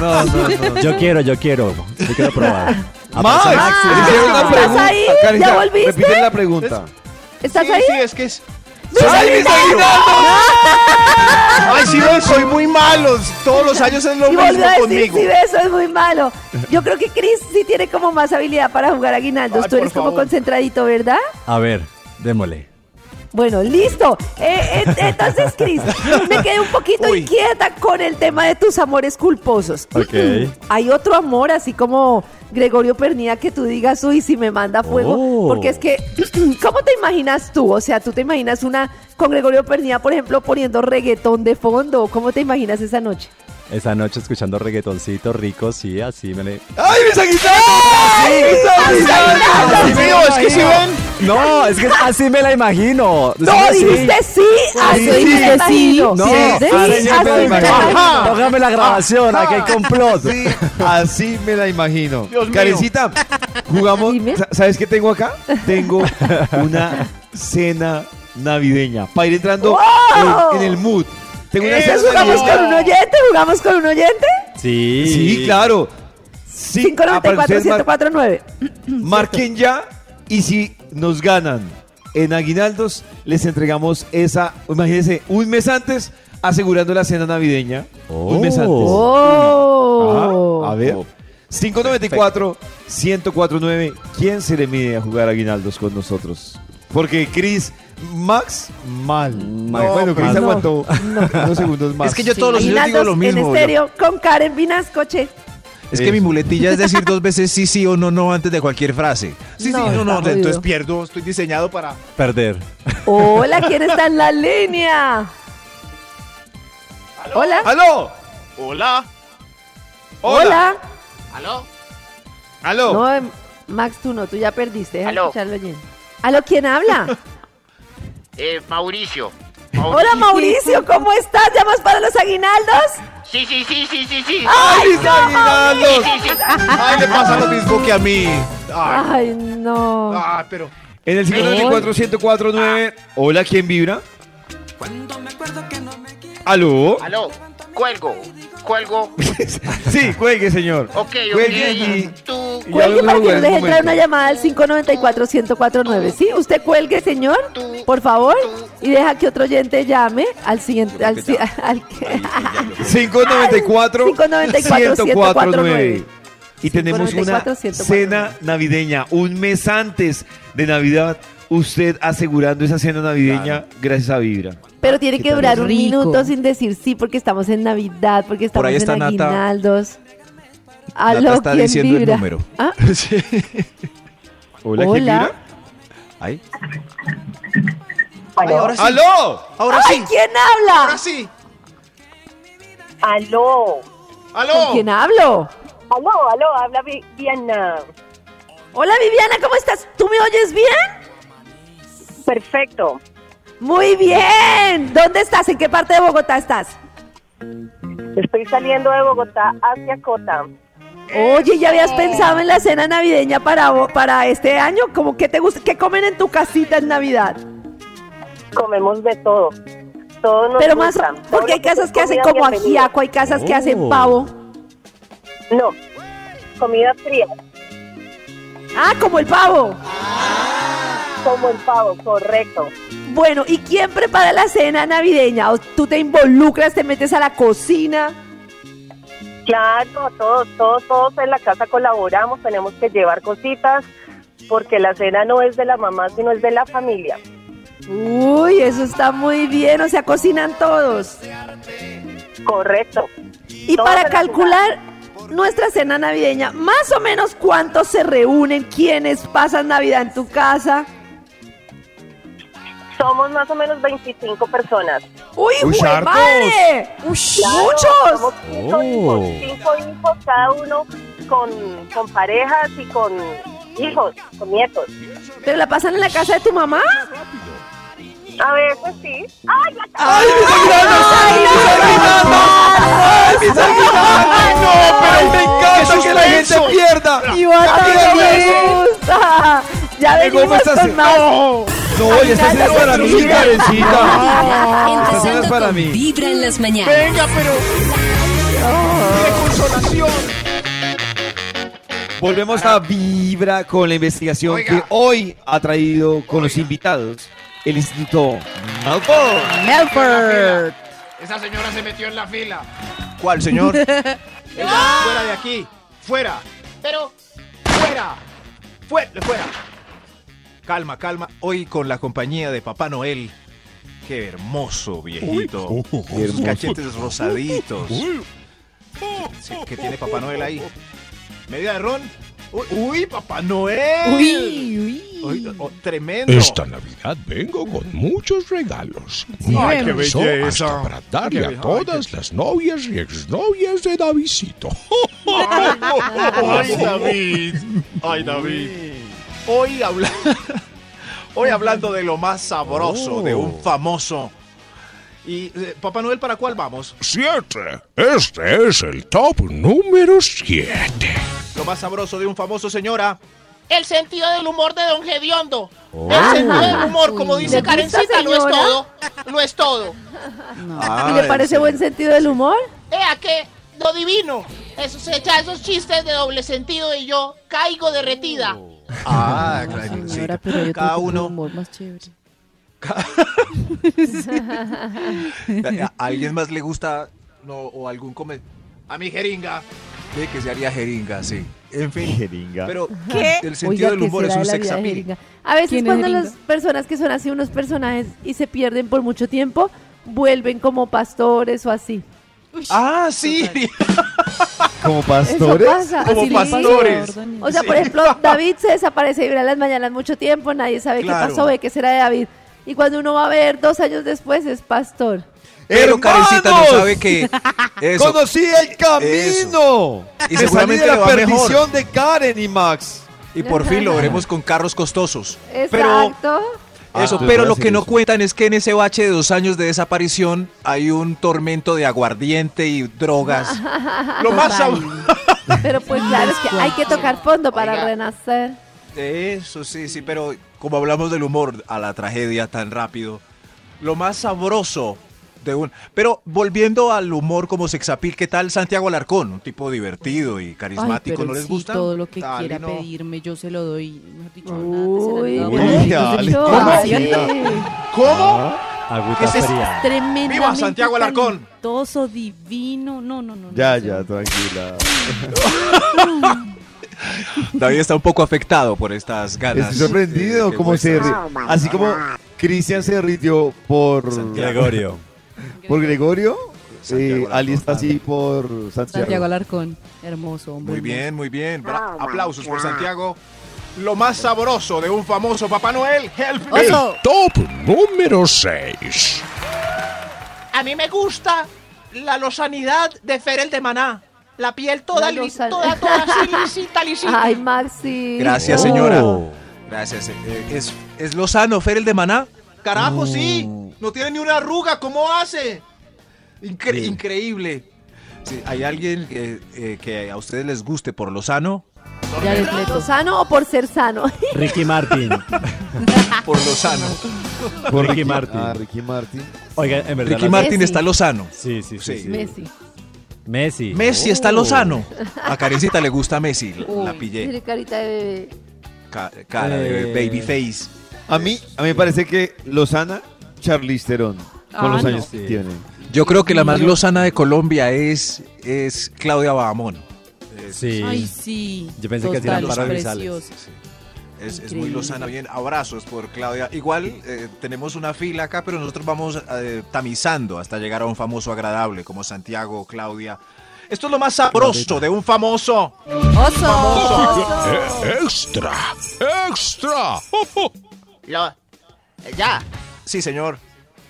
Speaker 2: no, no, no.
Speaker 5: Yo quiero, yo quiero, yo quiero probar.
Speaker 2: Max,
Speaker 5: Aparece
Speaker 2: le hicieron una
Speaker 3: Ah, ¿Estás
Speaker 2: pregunta.
Speaker 3: ahí?
Speaker 2: Karencita,
Speaker 3: ¿Ya volviste?
Speaker 2: Repite la pregunta.
Speaker 3: ¿Estás
Speaker 8: Sí,
Speaker 3: ahí?
Speaker 8: sí, es que es...
Speaker 2: ¡Ay, mis aguinaldos!
Speaker 3: ¡Ah!
Speaker 8: Ay, sí, no, soy muy malo. Todos los años es lo
Speaker 3: Y
Speaker 8: mismo
Speaker 3: volvió a decir,
Speaker 8: conmigo.
Speaker 3: sí, eso es muy malo. Yo creo que Chris sí tiene como más habilidad para jugar a Guinaldos.
Speaker 8: Ay,
Speaker 3: Tú
Speaker 8: por
Speaker 3: eres como
Speaker 8: favor.
Speaker 3: concentradito, ¿verdad?
Speaker 5: A ver, démosle.
Speaker 3: Bueno, listo. Eh, eh, entonces,
Speaker 8: [laughs]
Speaker 3: Cris, me quedé un poquito inquieta con el tema de tus amores culposos.
Speaker 5: Ok.
Speaker 3: Hay otro amor, así como Gregorio Pernía, que tú digas, uy, si me manda fuego.
Speaker 5: Oh.
Speaker 3: Porque es que, [clears throat] ¿cómo te imaginas tú? O sea, tú te imaginas una con Gregorio Pernía, por ejemplo, poniendo reggaetón de fondo. ¿Cómo te imaginas esa noche?
Speaker 5: [laughs] Esa noche escuchando reggaetoncito rico, sí, así me le...
Speaker 8: ¡Ay, mis aguisados!
Speaker 3: ¡Ay, mis aguisados!
Speaker 8: Dios mío, es que si ven...
Speaker 5: No, es que así me la imagino.
Speaker 3: No, dijiste sí, así
Speaker 5: sí,
Speaker 3: me la
Speaker 5: sí.
Speaker 3: imagino.
Speaker 5: No,
Speaker 3: Sí,
Speaker 5: así
Speaker 3: sí,
Speaker 5: me la
Speaker 3: así me la
Speaker 5: imagino.
Speaker 3: imagino.
Speaker 5: Póngame la grabación, aquí hay complot.
Speaker 2: Sí, así me la imagino.
Speaker 8: Dios mío.
Speaker 2: Karencita, jugamos. sa- ¿Sabes qué tengo acá? Tengo una cena navideña para ir entrando
Speaker 3: ¡Wow!
Speaker 2: en, en el mood. Tengo una
Speaker 3: Entonces,
Speaker 2: cena
Speaker 3: ¿Jugamos
Speaker 2: navideña.
Speaker 3: con un oyente? ¿Jugamos con un oyente?
Speaker 5: Sí.
Speaker 2: Sí, claro. Sí, ah, para que ustedes mar-
Speaker 3: 594-749.
Speaker 2: [clears throat] marquen ya y si nos ganan en Aguinaldos, les entregamos esa, imagínense, un mes antes asegurando la cena navideña. Un mes antes.
Speaker 3: ¡Oh!
Speaker 2: Ajá, Ah, a ver. 594-1049. ¿Quién se le mide a jugar aguinaldos con nosotros? Porque Chris, Max, mal.
Speaker 5: No,
Speaker 2: bueno, Chris
Speaker 5: no,
Speaker 2: aguantó unos segundos más.
Speaker 8: Es que yo todos los días digo
Speaker 3: Aguinaldos
Speaker 8: lo
Speaker 3: en
Speaker 8: mismo. yo-
Speaker 3: estéreo con Karen Vinascoche.
Speaker 8: Es que mi muletilla es decir dos veces sí, sí o no, no antes de cualquier frase. Sí,
Speaker 3: No,
Speaker 8: sí, no, no,
Speaker 3: está
Speaker 8: entonces
Speaker 3: jodido.
Speaker 8: pierdo, estoy diseñado para...
Speaker 5: Perder.
Speaker 3: Hola, ¿quién está en la línea? Hola.
Speaker 8: ¡Aló!
Speaker 13: Hola.
Speaker 3: Hola.
Speaker 13: ¿Aló?
Speaker 8: ¡Aló!
Speaker 3: No, em, Max, tú no, tú ya perdiste. Déjame escucharlo bien. ¿Aló,
Speaker 8: [laughs]
Speaker 3: quién habla?
Speaker 13: Eh, Mauricio.
Speaker 3: Hola, Mauricio, ¿cómo estás? ¿Llamas para los aguinaldos?
Speaker 13: Sí, sí, sí, sí, sí, sí.
Speaker 3: ¡Ay,
Speaker 8: mis
Speaker 3: no,
Speaker 8: aguinaldos!
Speaker 3: Mauricio!
Speaker 8: ¡Ay, le pasa lo mismo que a mí! ¡Ay!
Speaker 3: Ay, no.
Speaker 8: ah, pero...
Speaker 2: En el 594-1049. Hola, ¿quién vibra? ¿Aló?
Speaker 13: ¿Aló? Cuelgo. Cuelgo.
Speaker 2: Sí, cuelgue, señor.
Speaker 13: Ok, ok.
Speaker 2: Cuelgue y-
Speaker 13: Tú,
Speaker 2: y
Speaker 3: Cuelgue
Speaker 2: hablamos
Speaker 3: para que
Speaker 2: luego
Speaker 3: nos
Speaker 2: en
Speaker 3: deje
Speaker 2: un
Speaker 3: entrar
Speaker 2: momento.
Speaker 3: una llamada al 594-1049. Sí, usted cuelgue, señor, por favor, y deja que otro oyente llame al siguiente. Al, si- [laughs] al que-
Speaker 2: 594
Speaker 3: 594
Speaker 2: 1049. Y tenemos
Speaker 3: 594
Speaker 2: una
Speaker 3: 1049.
Speaker 2: cena navideña un mes antes de Navidad. Usted asegurando esa cena navideña gracias a Vibra.
Speaker 3: Pero tiene que
Speaker 2: tal
Speaker 3: durar un
Speaker 2: rico?
Speaker 3: minuto sin decir sí porque estamos en Navidad, porque
Speaker 8: Por
Speaker 3: estamos
Speaker 8: ahí está
Speaker 3: en
Speaker 8: Nata.
Speaker 3: aguinaldos.
Speaker 8: Nata
Speaker 3: Aló,
Speaker 8: está
Speaker 3: ¿quién
Speaker 8: diciendo el
Speaker 3: vibra?
Speaker 8: [laughs] número.
Speaker 3: [laughs] Ah,
Speaker 8: Sí.
Speaker 2: Hola,
Speaker 3: ¿quién Hola. vibra?
Speaker 8: Ay.
Speaker 14: Aló.
Speaker 8: ahora sí.
Speaker 2: ¡Aló!
Speaker 8: Ahora
Speaker 3: ¡Ay,
Speaker 8: sí.
Speaker 3: quién habla!
Speaker 8: Ahora sí.
Speaker 14: Aló.
Speaker 3: ¿Con quién hablo?
Speaker 14: Aló, aló, habla Viviana.
Speaker 3: Hola Viviana, ¿cómo estás? ¿Tú me oyes bien?
Speaker 14: Perfecto.
Speaker 3: Muy bien. ¿Dónde estás? ¿En qué parte de Bogotá estás?
Speaker 14: Estoy saliendo de Bogotá hacia Cota.
Speaker 3: Oye, ¿ya habías pensado en la cena navideña para, vo- para este año? ¿Cómo que te gusta? ¿Qué comen en tu casita en Navidad?
Speaker 14: Comemos de todo. Todo nos
Speaker 3: Pero más,
Speaker 14: gusta. Todo
Speaker 3: porque hay
Speaker 14: lo que
Speaker 3: casas
Speaker 14: sea
Speaker 3: que hacen
Speaker 14: comida,
Speaker 3: como
Speaker 14: bienvenido.
Speaker 3: ajiaco, hay casas que hacen
Speaker 5: Oh.
Speaker 3: pavo.
Speaker 14: No, comida fría,
Speaker 3: Ah, como el pavo.
Speaker 14: como el pavo, correcto.
Speaker 3: Bueno, ¿y quién prepara la cena navideña? ¿O tú te involucras, te metes a la cocina?
Speaker 14: Claro, todos, todos, todos en la casa colaboramos, tenemos que llevar cositas, porque la cena no es de la mamá, sino es de la familia.
Speaker 3: Uy, eso está muy bien, o sea, cocinan todos.
Speaker 14: Correcto.
Speaker 3: Y
Speaker 14: Todos
Speaker 3: para
Speaker 14: en la
Speaker 3: calcular nuestra cena navideña, más o menos cuántos se reúnen, quiénes pasan Navidad en tu casa.
Speaker 14: ciudad. Somos más o menos 25 personas.
Speaker 3: ¡Uy,
Speaker 2: Uy,
Speaker 3: jue
Speaker 2: hartos.
Speaker 3: madre! Uy,
Speaker 14: Claro,
Speaker 3: ¡Muchos!
Speaker 14: Somos cinco,
Speaker 3: Oh.
Speaker 2: Oh.
Speaker 14: hijos, cinco hijos, cada uno con, con parejas y con hijos, con nietos.
Speaker 3: ¿Pero la pasan en la casa de tu mamá?
Speaker 14: A veces sí. ¡Ay, ya está!
Speaker 2: ¡Ay, mis aguinaldos! ¡Ay, mis aguinaldos! ¡Ay, mis aguinaldos!
Speaker 3: ¡Oh,
Speaker 2: ¡No, pero me encanta que la gente pierda!
Speaker 3: ¡Y bata
Speaker 2: Amiga,
Speaker 3: me gusta! [laughs] Ya
Speaker 2: Llegó
Speaker 3: venimos
Speaker 2: esta
Speaker 3: con
Speaker 2: se- ¡Oh!
Speaker 3: más.
Speaker 2: No, y esta cena es para mí,
Speaker 3: [laughs]
Speaker 2: Karencita. Esta cena
Speaker 1: Empezando
Speaker 2: es para
Speaker 1: con
Speaker 2: mí.
Speaker 1: Vibra en las mañanas.
Speaker 8: pero... ¡Qué consolación!
Speaker 2: Volvemos a Vibra con la investigación que hoy ha traído con los invitados el Instituto Malfoy.
Speaker 13: Melford. Esa señora se metió en la fila.
Speaker 8: ¿Cuál,
Speaker 3: [laughs]
Speaker 7: [laughs]
Speaker 8: señor?
Speaker 13: Ella, fuera de aquí. Fuera. Pero, fuera. Fuera, fuera.
Speaker 8: Calma, calma. Hoy con la compañía de Papá Noel. Qué hermoso viejito.
Speaker 4: Uy, oh,
Speaker 8: Sus
Speaker 4: hermoso.
Speaker 8: cachetes rosaditos. ¿Qué, qué tiene Papá Noel ahí? ¿Media de ron? Uy, uy, Papá Noel.
Speaker 15: Uy,
Speaker 8: Uy, oh, tremendo.
Speaker 10: Esta Navidad vengo con muchos regalos.
Speaker 8: Sí, Ay, qué
Speaker 10: Alcanzó
Speaker 8: belleza.
Speaker 10: hasta para darle
Speaker 8: Qué
Speaker 10: a
Speaker 8: belleza.
Speaker 10: todas las novias y exnovias de Davidito. ¡Oh,
Speaker 8: Ay, David. Ay, David. Hoy, habla... [laughs] Hoy hablando de lo más sabroso
Speaker 10: Oh.
Speaker 8: de un famoso. ¿Y eh, Papá Noel para cuál vamos?
Speaker 10: Siete. Este es el top número siete.
Speaker 8: Lo más sabroso de un famoso, señora.
Speaker 7: El sentido del humor de Don Gediondo.
Speaker 8: Oh.
Speaker 7: El sentido del humor, como
Speaker 3: Uy.
Speaker 7: dice
Speaker 3: ¿Le gusta,
Speaker 7: Karencita, lo es
Speaker 3: señora?
Speaker 7: todo. Lo es todo.
Speaker 3: ¿Y le parece buen sentido del humor?
Speaker 7: Vea que lo divino. Eso se echa esos chistes de doble sentido y yo caigo derretida.
Speaker 8: Ah, claro. sí. Cada uno.
Speaker 6: más chévere.
Speaker 8: Eh, ¿A a alguien más le gusta no, o algún come? A mi jeringa. Sí, que se haría jeringa, sí. En fin.
Speaker 2: Jeringa.
Speaker 8: Pero
Speaker 3: ¿Qué?
Speaker 8: el sentido
Speaker 3: Oiga,
Speaker 8: del
Speaker 3: ¿qué
Speaker 8: humor es
Speaker 3: será
Speaker 8: un
Speaker 3: de la
Speaker 8: sex
Speaker 3: vida de
Speaker 8: appeal.
Speaker 3: Jeringa? A veces
Speaker 6: ¿Quién es
Speaker 3: cuando
Speaker 6: Jeringa?
Speaker 3: las personas que son así unos personajes y se pierden por mucho tiempo, vuelven como pastores o así.
Speaker 8: Ah, sí.
Speaker 2: Como
Speaker 3: Eso pasa.
Speaker 8: Como
Speaker 3: así le
Speaker 8: pastores.
Speaker 3: pasa. O sea, por ejemplo, David se desaparece de Vibra en las mañanas mucho tiempo, nadie sabe
Speaker 8: Claro.
Speaker 3: qué pasó, ve qué será de David. Y cuando uno va a ver dos años después, es pastor.
Speaker 8: Pero Karencita no
Speaker 2: ¡Hermanos!
Speaker 8: sabe
Speaker 2: [laughs]
Speaker 8: que. Eso.
Speaker 2: ¡Conocí el camino!
Speaker 8: Y
Speaker 2: Y Me salí
Speaker 8: seguramente
Speaker 2: de
Speaker 8: le
Speaker 2: la
Speaker 8: va
Speaker 2: perdición
Speaker 8: mejor.
Speaker 2: de Karen y Max.
Speaker 8: Y por fin lo veremos con carros costosos. Pero
Speaker 3: Exacto.
Speaker 8: Eso,
Speaker 2: Ah,
Speaker 8: pero
Speaker 2: te
Speaker 8: lo
Speaker 2: voy a
Speaker 8: que no
Speaker 2: decir
Speaker 8: cuentan es que en ese bache de dos años de desaparición hay un tormento de aguardiente y
Speaker 6: Ah.
Speaker 8: drogas.
Speaker 3: [laughs]
Speaker 8: Lo más sab-
Speaker 3: Pero pues claro, es que hay que tocar fondo para renacer.
Speaker 8: Eso sí, sí, pero como hablamos del humor a la tragedia tan rápido, lo más sabroso de un... Pero volviendo al humor como sexapil, ¿qué tal Santiago Alarcón? Un tipo divertido y
Speaker 6: Ay,
Speaker 8: carismático,
Speaker 6: pero
Speaker 8: ¿no les
Speaker 6: sí,
Speaker 8: gusta?
Speaker 6: todo lo que
Speaker 8: Dale,
Speaker 6: quiera
Speaker 8: no.
Speaker 6: pedirme, yo se lo doy. Mejor dicho,
Speaker 3: Uy,
Speaker 6: nada, se lo
Speaker 2: Uy,
Speaker 6: doy.
Speaker 2: dale.
Speaker 3: Dios,
Speaker 2: ¿Cómo?
Speaker 3: ay,
Speaker 6: [laughs]
Speaker 8: ¿Cómo?
Speaker 5: Agüita
Speaker 8: ¿Qué es esto?
Speaker 5: fría.
Speaker 6: Tremendamente
Speaker 8: ¡Viva Santiago Alarcón!
Speaker 6: talentoso, divino. No, no, no. no,
Speaker 2: Ya,
Speaker 6: no.
Speaker 2: ya, tranquila.
Speaker 8: [laughs] David está un poco afectado por estas ganas.
Speaker 2: Estoy sorprendido
Speaker 8: eh,
Speaker 2: como se ri-
Speaker 8: vuestras.
Speaker 2: Así
Speaker 8: Ah,
Speaker 2: como Cristian se ridió por
Speaker 6: [laughs]
Speaker 5: Gregorio.
Speaker 2: Por Gregorio. eh, Ali está así por
Speaker 6: Santiago
Speaker 2: Santiago.
Speaker 6: Alarcón. Hermoso, hombre.
Speaker 8: Muy bien, muy bien. Bra-
Speaker 6: Oh my
Speaker 8: Aplausos por
Speaker 6: God.
Speaker 8: Santiago. Lo más sabroso de un famoso Papá Noel. Help me.
Speaker 10: El top número seis.
Speaker 7: [laughs] A mí me gusta la losanidad de Ferel de Maná. La piel toda,
Speaker 3: La
Speaker 7: li-
Speaker 3: losan-
Speaker 7: toda, toda
Speaker 3: [laughs]
Speaker 7: así, lisita, lisita.
Speaker 3: Ay, Maxi.
Speaker 8: Gracias, señora. Gracias. eh, ¿Es, es Lozano, Fer, el de Maná?
Speaker 7: Carajo, sí. No tiene ni una arruga. ¿Cómo hace?
Speaker 8: Incre- Increíble. Sí, ¿Hay alguien que, eh, que a ustedes les guste por Lozano?
Speaker 3: Oh, Ya ¿Sano o por ser sano?
Speaker 5: Ricky Martin.
Speaker 8: [laughs] Por Lozano.
Speaker 2: Por
Speaker 5: Ricky Martin.
Speaker 2: Ah, Ricky Martin.
Speaker 5: Oiga, en verdad.
Speaker 8: Ricky
Speaker 5: las-
Speaker 8: Martin
Speaker 3: Messi.
Speaker 8: está Lozano.
Speaker 5: Sí, sí, sí.
Speaker 8: [laughs] Sí.
Speaker 5: sí.
Speaker 3: Messi.
Speaker 5: Messi.
Speaker 8: Messi está
Speaker 5: Oh.
Speaker 8: Lozano. A Karencita le gusta Messi. La, la
Speaker 3: Uy,
Speaker 8: pillé.
Speaker 3: tiene carita de bebé.
Speaker 8: Ca- cara de
Speaker 5: Eh.
Speaker 8: babyface.
Speaker 2: A mí, a mí me parece que Lozana, Charlize Theron,
Speaker 6: Ah,
Speaker 2: con los
Speaker 6: no.
Speaker 2: años que tiene.
Speaker 8: Yo creo que la más Lozana de Colombia es, eh, es Claudia Bahamón. Eh,
Speaker 5: Sí.
Speaker 6: Ay, sí.
Speaker 5: Yo pensé que
Speaker 6: Total,
Speaker 5: hacían para
Speaker 6: precioso.
Speaker 8: Es, es muy
Speaker 6: Increíble.
Speaker 8: lozana, bien, Ah. abrazos por Claudia. Igual eh, tenemos una fila acá, pero nosotros vamos eh, tamizando hasta llegar a un famoso agradable como Santiago, Claudia. Esto es lo más sabroso de un famoso.
Speaker 6: [laughs]
Speaker 10: E- extra. Extra.
Speaker 7: [laughs] Lo- ya,
Speaker 8: Sí, señor.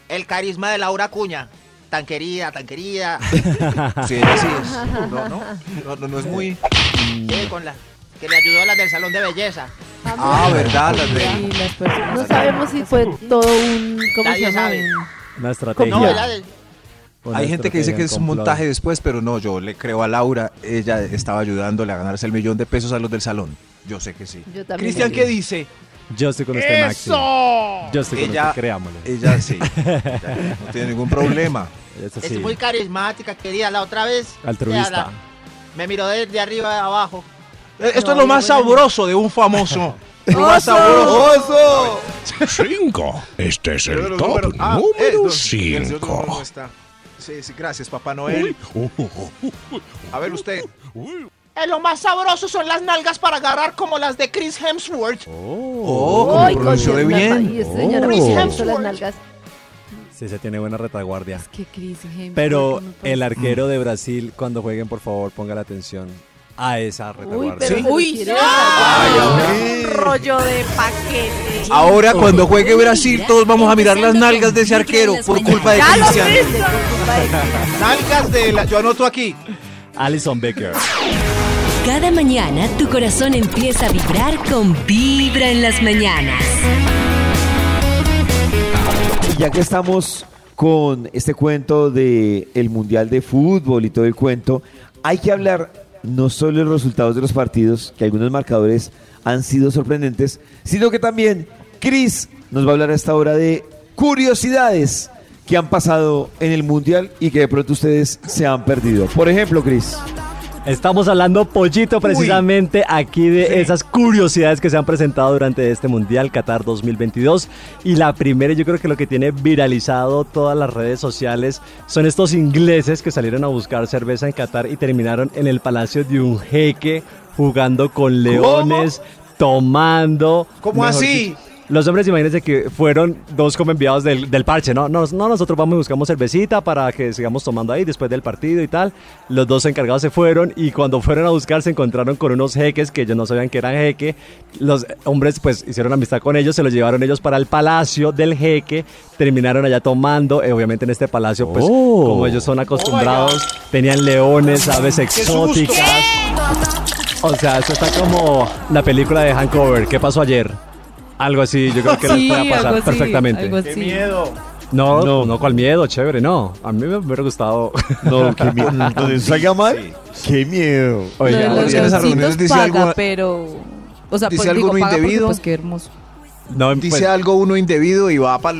Speaker 7: el carisma de Laura Cuña. Tan querida, tan querida.
Speaker 8: [laughs] Sí, ella sí
Speaker 3: [laughs]
Speaker 8: es. No, no, no, no, no es
Speaker 6: [laughs]
Speaker 8: muy.
Speaker 7: Sí, con la, que le ayudó a las del salón de belleza.
Speaker 8: Ah, verdad, las
Speaker 6: Sí,
Speaker 8: de.
Speaker 6: las personas.
Speaker 3: No sabemos si fue todo un. ¿Cómo
Speaker 7: Nadie
Speaker 3: se llama?
Speaker 7: sabe.
Speaker 5: Una estrategia.
Speaker 7: No, ella de-
Speaker 5: Una
Speaker 8: Hay gente que dice
Speaker 5: estrategia,
Speaker 8: que es un
Speaker 5: complot.
Speaker 8: montaje después, pero no, yo le creo a Laura. Ella estaba ayudándole a ganarse el millón de pesos a los del salón. Yo sé que sí.
Speaker 3: Yo también.
Speaker 8: Cristian, ¿qué dice?
Speaker 5: Yo estoy con usted, Maxi. Yo estoy con
Speaker 8: Ella-
Speaker 5: usted, creámosle.
Speaker 8: Ella
Speaker 5: [laughs]
Speaker 8: sí. Ella no tiene ningún problema.
Speaker 5: Eso
Speaker 7: es
Speaker 5: sí.
Speaker 7: muy carismática, querida. La otra vez.
Speaker 5: Altruista.
Speaker 7: le habla- Me miró desde arriba a abajo.
Speaker 8: Eh, Esto es lo más sabroso de un [laughs] famoso. Lo más sabroso.
Speaker 2: ¡Oso!
Speaker 10: Cinco. Este es el
Speaker 8: Los
Speaker 10: top
Speaker 8: números- ah, eh,
Speaker 10: número
Speaker 8: no, sí, el señor número no
Speaker 10: cinco.
Speaker 8: está. Sí, sí, gracias, Papá Noel. A ver usted.
Speaker 7: Eh, lo más sabroso son las nalgas para agarrar como las de Chris Hemsworth.
Speaker 8: Oh, como
Speaker 3: Ay,
Speaker 8: pronunció de
Speaker 3: con las
Speaker 8: bien.
Speaker 3: ma- y este señor
Speaker 8: Oh.
Speaker 3: me hizo las nalgas.
Speaker 5: Sí, se tiene buena retaguardia.
Speaker 6: Qué Chris Hemsworth,
Speaker 5: Pero
Speaker 6: no puede
Speaker 5: el
Speaker 6: ser.
Speaker 5: arquero de Brasil, cuando jueguen, por favor, ponga la atención a esa retaguardia.
Speaker 6: pero
Speaker 8: ¿Sí?
Speaker 6: se los quiere sacar. Un rollo de paquete.
Speaker 8: Ahora cuando juegue Brasil todos vamos a mirar las nalgas de ese arquero por culpa de
Speaker 6: Ya lo
Speaker 8: Cristiano.
Speaker 6: hizo.
Speaker 8: Nalgas de la... Yo anoto aquí.
Speaker 5: Alison Becker.
Speaker 1: Cada mañana tu corazón empieza a vibrar con Vibra en las mañanas.
Speaker 2: Y ya que estamos con este cuento de el Mundial de Fútbol y todo el cuento, hay que hablar no solo de los resultados de los partidos, que algunos marcadores han sido sorprendentes, sino que también Chris nos va a hablar a esta hora de curiosidades que han pasado en el Mundial y que de pronto ustedes se han perdido. Por ejemplo, Chris.
Speaker 5: Estamos hablando, pollito, precisamente aquí de esas curiosidades que se han presentado durante este Mundial Qatar 2022. Y la primera, yo creo que lo que tiene viralizado todas las redes sociales son estos ingleses que salieron a buscar cerveza en Qatar y terminaron en el palacio de un jeque jugando con leones, tomando.
Speaker 8: ¿Cómo
Speaker 5: mejor
Speaker 8: así?
Speaker 5: dicho, los hombres, imagínense que fueron dos como enviados del, del parche, ¿no? Nos- No, nosotros vamos y buscamos cervecita para que sigamos tomando ahí después del partido y tal. Los dos encargados se fueron y cuando fueron a buscar se encontraron con unos jeques que ellos no sabían que eran jeque. Los hombres pues hicieron amistad con ellos, se los llevaron ellos para el palacio del jeque, terminaron allá tomando, eh, obviamente en este palacio pues
Speaker 2: Oh.
Speaker 5: como ellos son acostumbrados, tenían leones, aves exóticas. O sea, eso está como la película de Hangover, ¿qué pasó ayer? Algo así, yo creo que
Speaker 6: Sí,
Speaker 5: nos puede pasar
Speaker 6: algo así,
Speaker 5: perfectamente.
Speaker 6: algo así.
Speaker 5: No, no, no, cual miedo, chévere, no. A mí me hubiera gustado.
Speaker 2: No, qué
Speaker 5: [laughs]
Speaker 2: miedo. Donde salga mal, qué miedo.
Speaker 5: Oiga,
Speaker 6: Lo de los
Speaker 5: en esas
Speaker 6: leoncitos
Speaker 5: reuniones dice
Speaker 6: paga,
Speaker 5: algo-
Speaker 6: pero... O sea,
Speaker 8: dice
Speaker 6: pues, digo,
Speaker 8: alguno
Speaker 6: paga porque,
Speaker 8: indebido.
Speaker 6: Pues qué hermoso.
Speaker 5: No,
Speaker 8: Dice
Speaker 5: pues-
Speaker 8: algo uno indebido y va para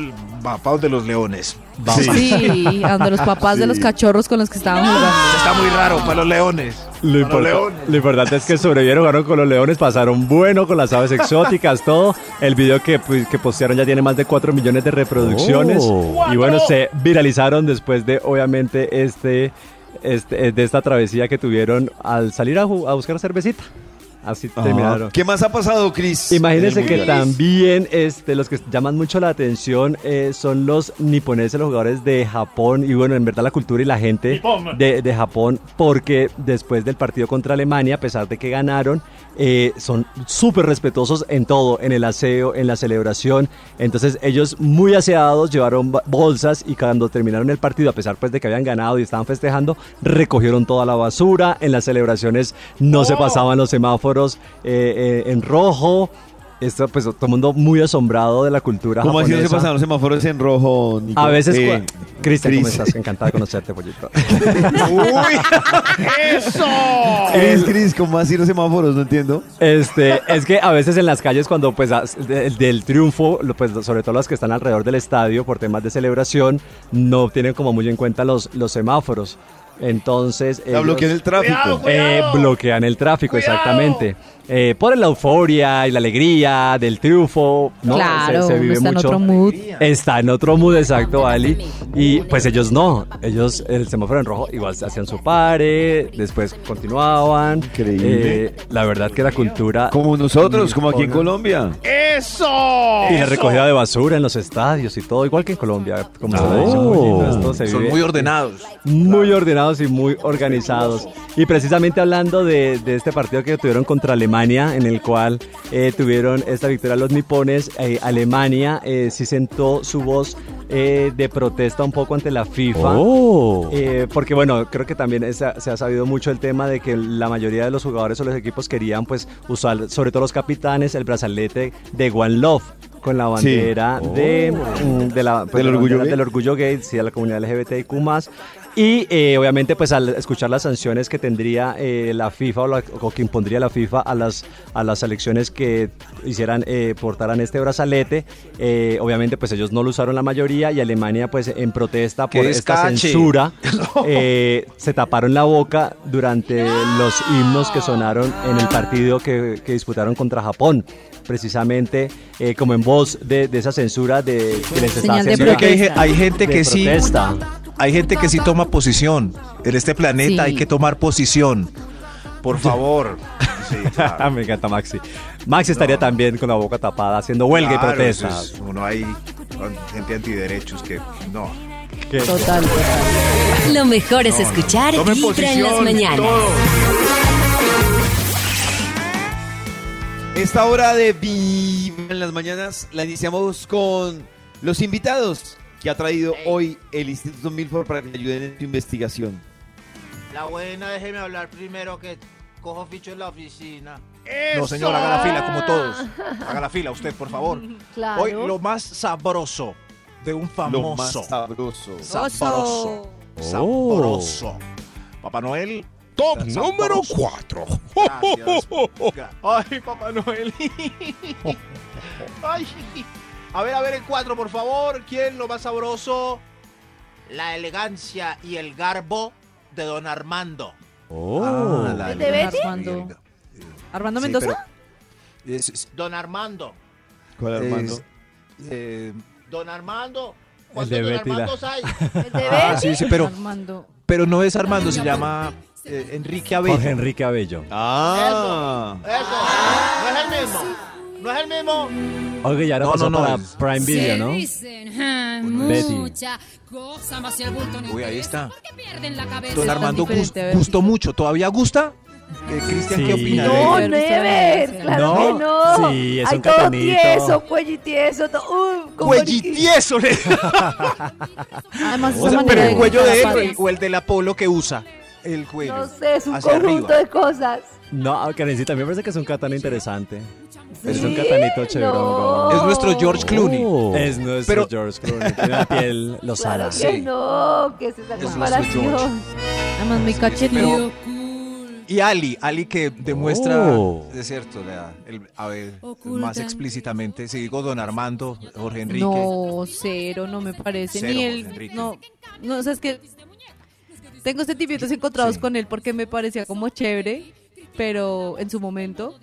Speaker 8: de los leones. [laughs]
Speaker 6: Sí, a donde los papás de los
Speaker 8: Sí.
Speaker 6: cachorros con los que estaban jugando.
Speaker 8: Está muy raro para los leones. Para
Speaker 5: Lo,
Speaker 8: los
Speaker 5: importa-
Speaker 8: leones.
Speaker 5: lo importante es que sobrevivieron, jugaron con los leones, pasaron bueno con las aves exóticas, todo. El video que, pues, que postearon ya tiene más de 4 millones de reproducciones.
Speaker 2: Oh.
Speaker 5: Y bueno, se viralizaron después de, obviamente, este, este eh, de esta travesía que tuvieron al salir a, ju- a buscar cervecita. Así
Speaker 2: Ajá.
Speaker 5: terminaron.
Speaker 2: ¿Qué más ha pasado, Chris?
Speaker 5: Imagínense
Speaker 2: en el
Speaker 5: que
Speaker 2: Mundial?
Speaker 5: también este, los que llaman mucho la atención eh, son los niponeses, los jugadores de Japón. Y bueno, en verdad la cultura y la gente
Speaker 15: Nippon.
Speaker 5: de, de Japón, porque después del partido contra Alemania, a pesar de que ganaron, eh, son súper respetuosos en todo, en el aseo, en la celebración. Entonces ellos muy aseados llevaron ba- bolsas y cuando terminaron el partido, a pesar pues de que habían ganado y estaban festejando, recogieron toda la basura. En las celebraciones no
Speaker 2: Oh.
Speaker 5: se pasaban los semáforos eh, eh, en rojo. Esto, pues todo el mundo muy asombrado de la cultura
Speaker 2: ¿Cómo así no se
Speaker 5: japonesa.
Speaker 2: pasaron los semáforos en rojo, Nico?
Speaker 5: A veces,
Speaker 2: Eh,
Speaker 5: cua- Cristian, ¿cómo
Speaker 2: Cris.
Speaker 5: estás? Encantado de
Speaker 2: [laughs]
Speaker 5: conocerte, pollito.
Speaker 13: ¡Eso!
Speaker 2: Cris, [laughs] Cris, ¿cómo así los semáforos? No entiendo.
Speaker 5: Este, es que a veces en las calles cuando pues as- de- del triunfo, lo- pues sobre todo las que están alrededor del estadio por temas de celebración, no tienen como muy en cuenta los, los semáforos. Entonces,
Speaker 2: sea, bloquean el tráfico. Cuidado,
Speaker 5: Eh, bloquean el tráfico, exactamente. Eh, por la euforia y la alegría del triunfo, ¿no?
Speaker 6: Claro,
Speaker 5: se, se
Speaker 6: uno
Speaker 5: vive
Speaker 6: está en
Speaker 5: mucho.
Speaker 6: otro mood.
Speaker 5: Está en otro mood, exacto, Ali. Y pues ellos no. Ellos, el semáforo en rojo, igual se hacían su pare, después continuaban.
Speaker 2: Increíble.
Speaker 5: Eh, la verdad que la cultura.
Speaker 2: Como nosotros, como aquí en Colombia.
Speaker 13: ¡Eso!
Speaker 5: Y la
Speaker 13: Eso.
Speaker 5: recogida de basura en los estadios y todo, igual que en Colombia. Como
Speaker 8: Ah,
Speaker 5: lo dice Pollito, esto se
Speaker 8: son
Speaker 5: vive
Speaker 8: muy ordenados.
Speaker 5: Muy ordenados y muy organizados. Y precisamente hablando de, de este partido que tuvieron contra Alemania, en el cual eh, tuvieron esta victoria los nipones, eh, Alemania eh, sí sentó su voz eh, de protesta un poco ante la FIFA.
Speaker 8: Oh.
Speaker 5: Eh, porque bueno, creo que también esa- se ha sabido mucho el tema de que la mayoría de los jugadores o los equipos querían pues usar, sobre todo los capitanes, el brazalete de One Love con la
Speaker 2: Sí.
Speaker 5: bandera
Speaker 2: Oh.
Speaker 5: de, mm, de la, pues,
Speaker 2: Del
Speaker 5: la
Speaker 2: orgullo
Speaker 5: bandera
Speaker 2: gay.
Speaker 5: del orgullo gay, sí, de la comunidad LGBTIQ+. Y eh, obviamente pues al escuchar las sanciones que tendría eh, la FIFA o, la- o que impondría la FIFA a las, a las selecciones que hicieran, eh, portaran este brazalete, eh, obviamente pues ellos no lo usaron la mayoría y Alemania pues en protesta
Speaker 8: ¡Qué
Speaker 5: por esta
Speaker 8: descache! [laughs]
Speaker 5: censura eh, se taparon la boca durante los himnos que sonaron en el partido que, que disputaron contra Japón. Precisamente eh, como en voz de, de esa censura de, que les estaba
Speaker 6: Señal de
Speaker 5: haciendo.
Speaker 8: Mira que hay, ge- hay gente
Speaker 5: De
Speaker 8: que sí.
Speaker 5: protesta.
Speaker 8: Hay gente que sí toma posición. En este planeta
Speaker 6: Sí.
Speaker 8: hay que tomar posición.
Speaker 2: Por favor.
Speaker 5: [laughs] Sí, Ah, Me encanta Maxi. Maxi estaría también con la boca tapada haciendo huelga
Speaker 8: Claro,
Speaker 5: y protesta.
Speaker 8: eso es- uno hay gente antiderechos que no.
Speaker 3: Total,
Speaker 1: Lo mejor es escuchar
Speaker 8: Tomen
Speaker 1: Vibra en las
Speaker 8: posición,
Speaker 1: mañanas.
Speaker 2: Esta hora de Vibra en las mañanas la iniciamos con los invitados que ha traído hoy el Instituto Milford para que te ayuden en tu investigación.
Speaker 7: La buena, déjeme hablar primero que cojo ficho en la oficina.
Speaker 8: No, señor, haga la fila como todos. Haga la fila usted, por favor.
Speaker 7: Claro.
Speaker 8: Hoy lo más sabroso de un
Speaker 2: Lo más
Speaker 8: famoso.
Speaker 2: sabroso.
Speaker 8: Sabroso.
Speaker 10: Oh.
Speaker 8: Sabroso. Papá Noel.
Speaker 10: Top
Speaker 8: San
Speaker 10: número
Speaker 8: Sabroso.
Speaker 10: 4.
Speaker 2: [laughs]
Speaker 8: Gracias. Gra- Ay, Papá Noel. Ay. A ver, a ver, el 4, por favor. ¿Quién lo más sabroso?
Speaker 7: La elegancia y el garbo de don Armando.
Speaker 5: Oh.
Speaker 8: Ah, la
Speaker 7: ¿De Betty?
Speaker 8: Armando.
Speaker 7: ¿Armando
Speaker 8: Sí, Mendoza? pero- eh, es- es-
Speaker 7: Don Armando.
Speaker 2: ¿Cuál
Speaker 7: [laughs]
Speaker 2: Armando?
Speaker 8: Es, eh,
Speaker 7: Don Armando.
Speaker 8: El de
Speaker 7: ¿Cuántos don
Speaker 8: Betty, la-
Speaker 7: Armandos hay? ¿El de
Speaker 8: Ah, sí, sí, pero,
Speaker 7: Armando.
Speaker 8: pero no es Armando, se llama eh, Enrique Abello.
Speaker 5: Jorge Enrique Abello.
Speaker 2: Ah.
Speaker 7: Eso. No es el mismo. No es el mismo.
Speaker 5: Oye, ya ahora
Speaker 8: No,
Speaker 5: pasó
Speaker 8: no, no,
Speaker 5: para
Speaker 8: es-
Speaker 5: Prime Video, ¿no?
Speaker 15: dicen ah,
Speaker 5: Betty.
Speaker 15: mucha cosa más si el bulto no
Speaker 8: Uy, ahí está.
Speaker 15: pierden la cabeza.
Speaker 8: Don Armando gus- gustó mucho. ¿Todavía gusta? Eh, Cristian, ¿qué
Speaker 5: Sí.
Speaker 8: opina? de
Speaker 3: No,
Speaker 8: él?
Speaker 3: never, claro
Speaker 8: No,
Speaker 3: que no.
Speaker 8: sí, es
Speaker 3: Ay,
Speaker 8: un
Speaker 3: todo
Speaker 8: catonito.
Speaker 3: tieso, cuello y tieso. to- uy, como-
Speaker 8: Cuellitieso. le-
Speaker 3: Además,
Speaker 8: O
Speaker 3: esa
Speaker 8: sea,
Speaker 3: manera
Speaker 8: pero el
Speaker 3: de
Speaker 8: cuello
Speaker 3: buscar
Speaker 8: de
Speaker 3: la
Speaker 8: él
Speaker 3: paz.
Speaker 8: o el del Apolo que usa. El cuello.
Speaker 3: No sé, es un
Speaker 8: hacia
Speaker 3: conjunto
Speaker 8: arriba.
Speaker 3: de cosas.
Speaker 5: No, Karencita, a mí me parece que es un catán interesante. Es
Speaker 3: Sí,
Speaker 5: un catanito chévere. Oh.
Speaker 8: Es nuestro George Clooney.
Speaker 5: Es nuestro George Clooney. Tiene la piel lozada.
Speaker 3: Claro que [laughs] no, que es esa
Speaker 8: Ah, Es nuestro
Speaker 3: comparación.
Speaker 8: George.
Speaker 3: Además, muy
Speaker 8: Pero- y Ali, Ali que demuestra,
Speaker 5: Oh.
Speaker 8: es cierto, la- el- a ver, más explícitamente, si digo Don Armando, Jorge Enrique.
Speaker 6: No, cero, no me parece.
Speaker 8: Cero,
Speaker 6: Ni
Speaker 8: Jorge
Speaker 6: él.
Speaker 8: Enrique.
Speaker 6: No, no, o sea, es que tengo sentimientos encontrados con él porque me parecía como chévere, pero en su momento.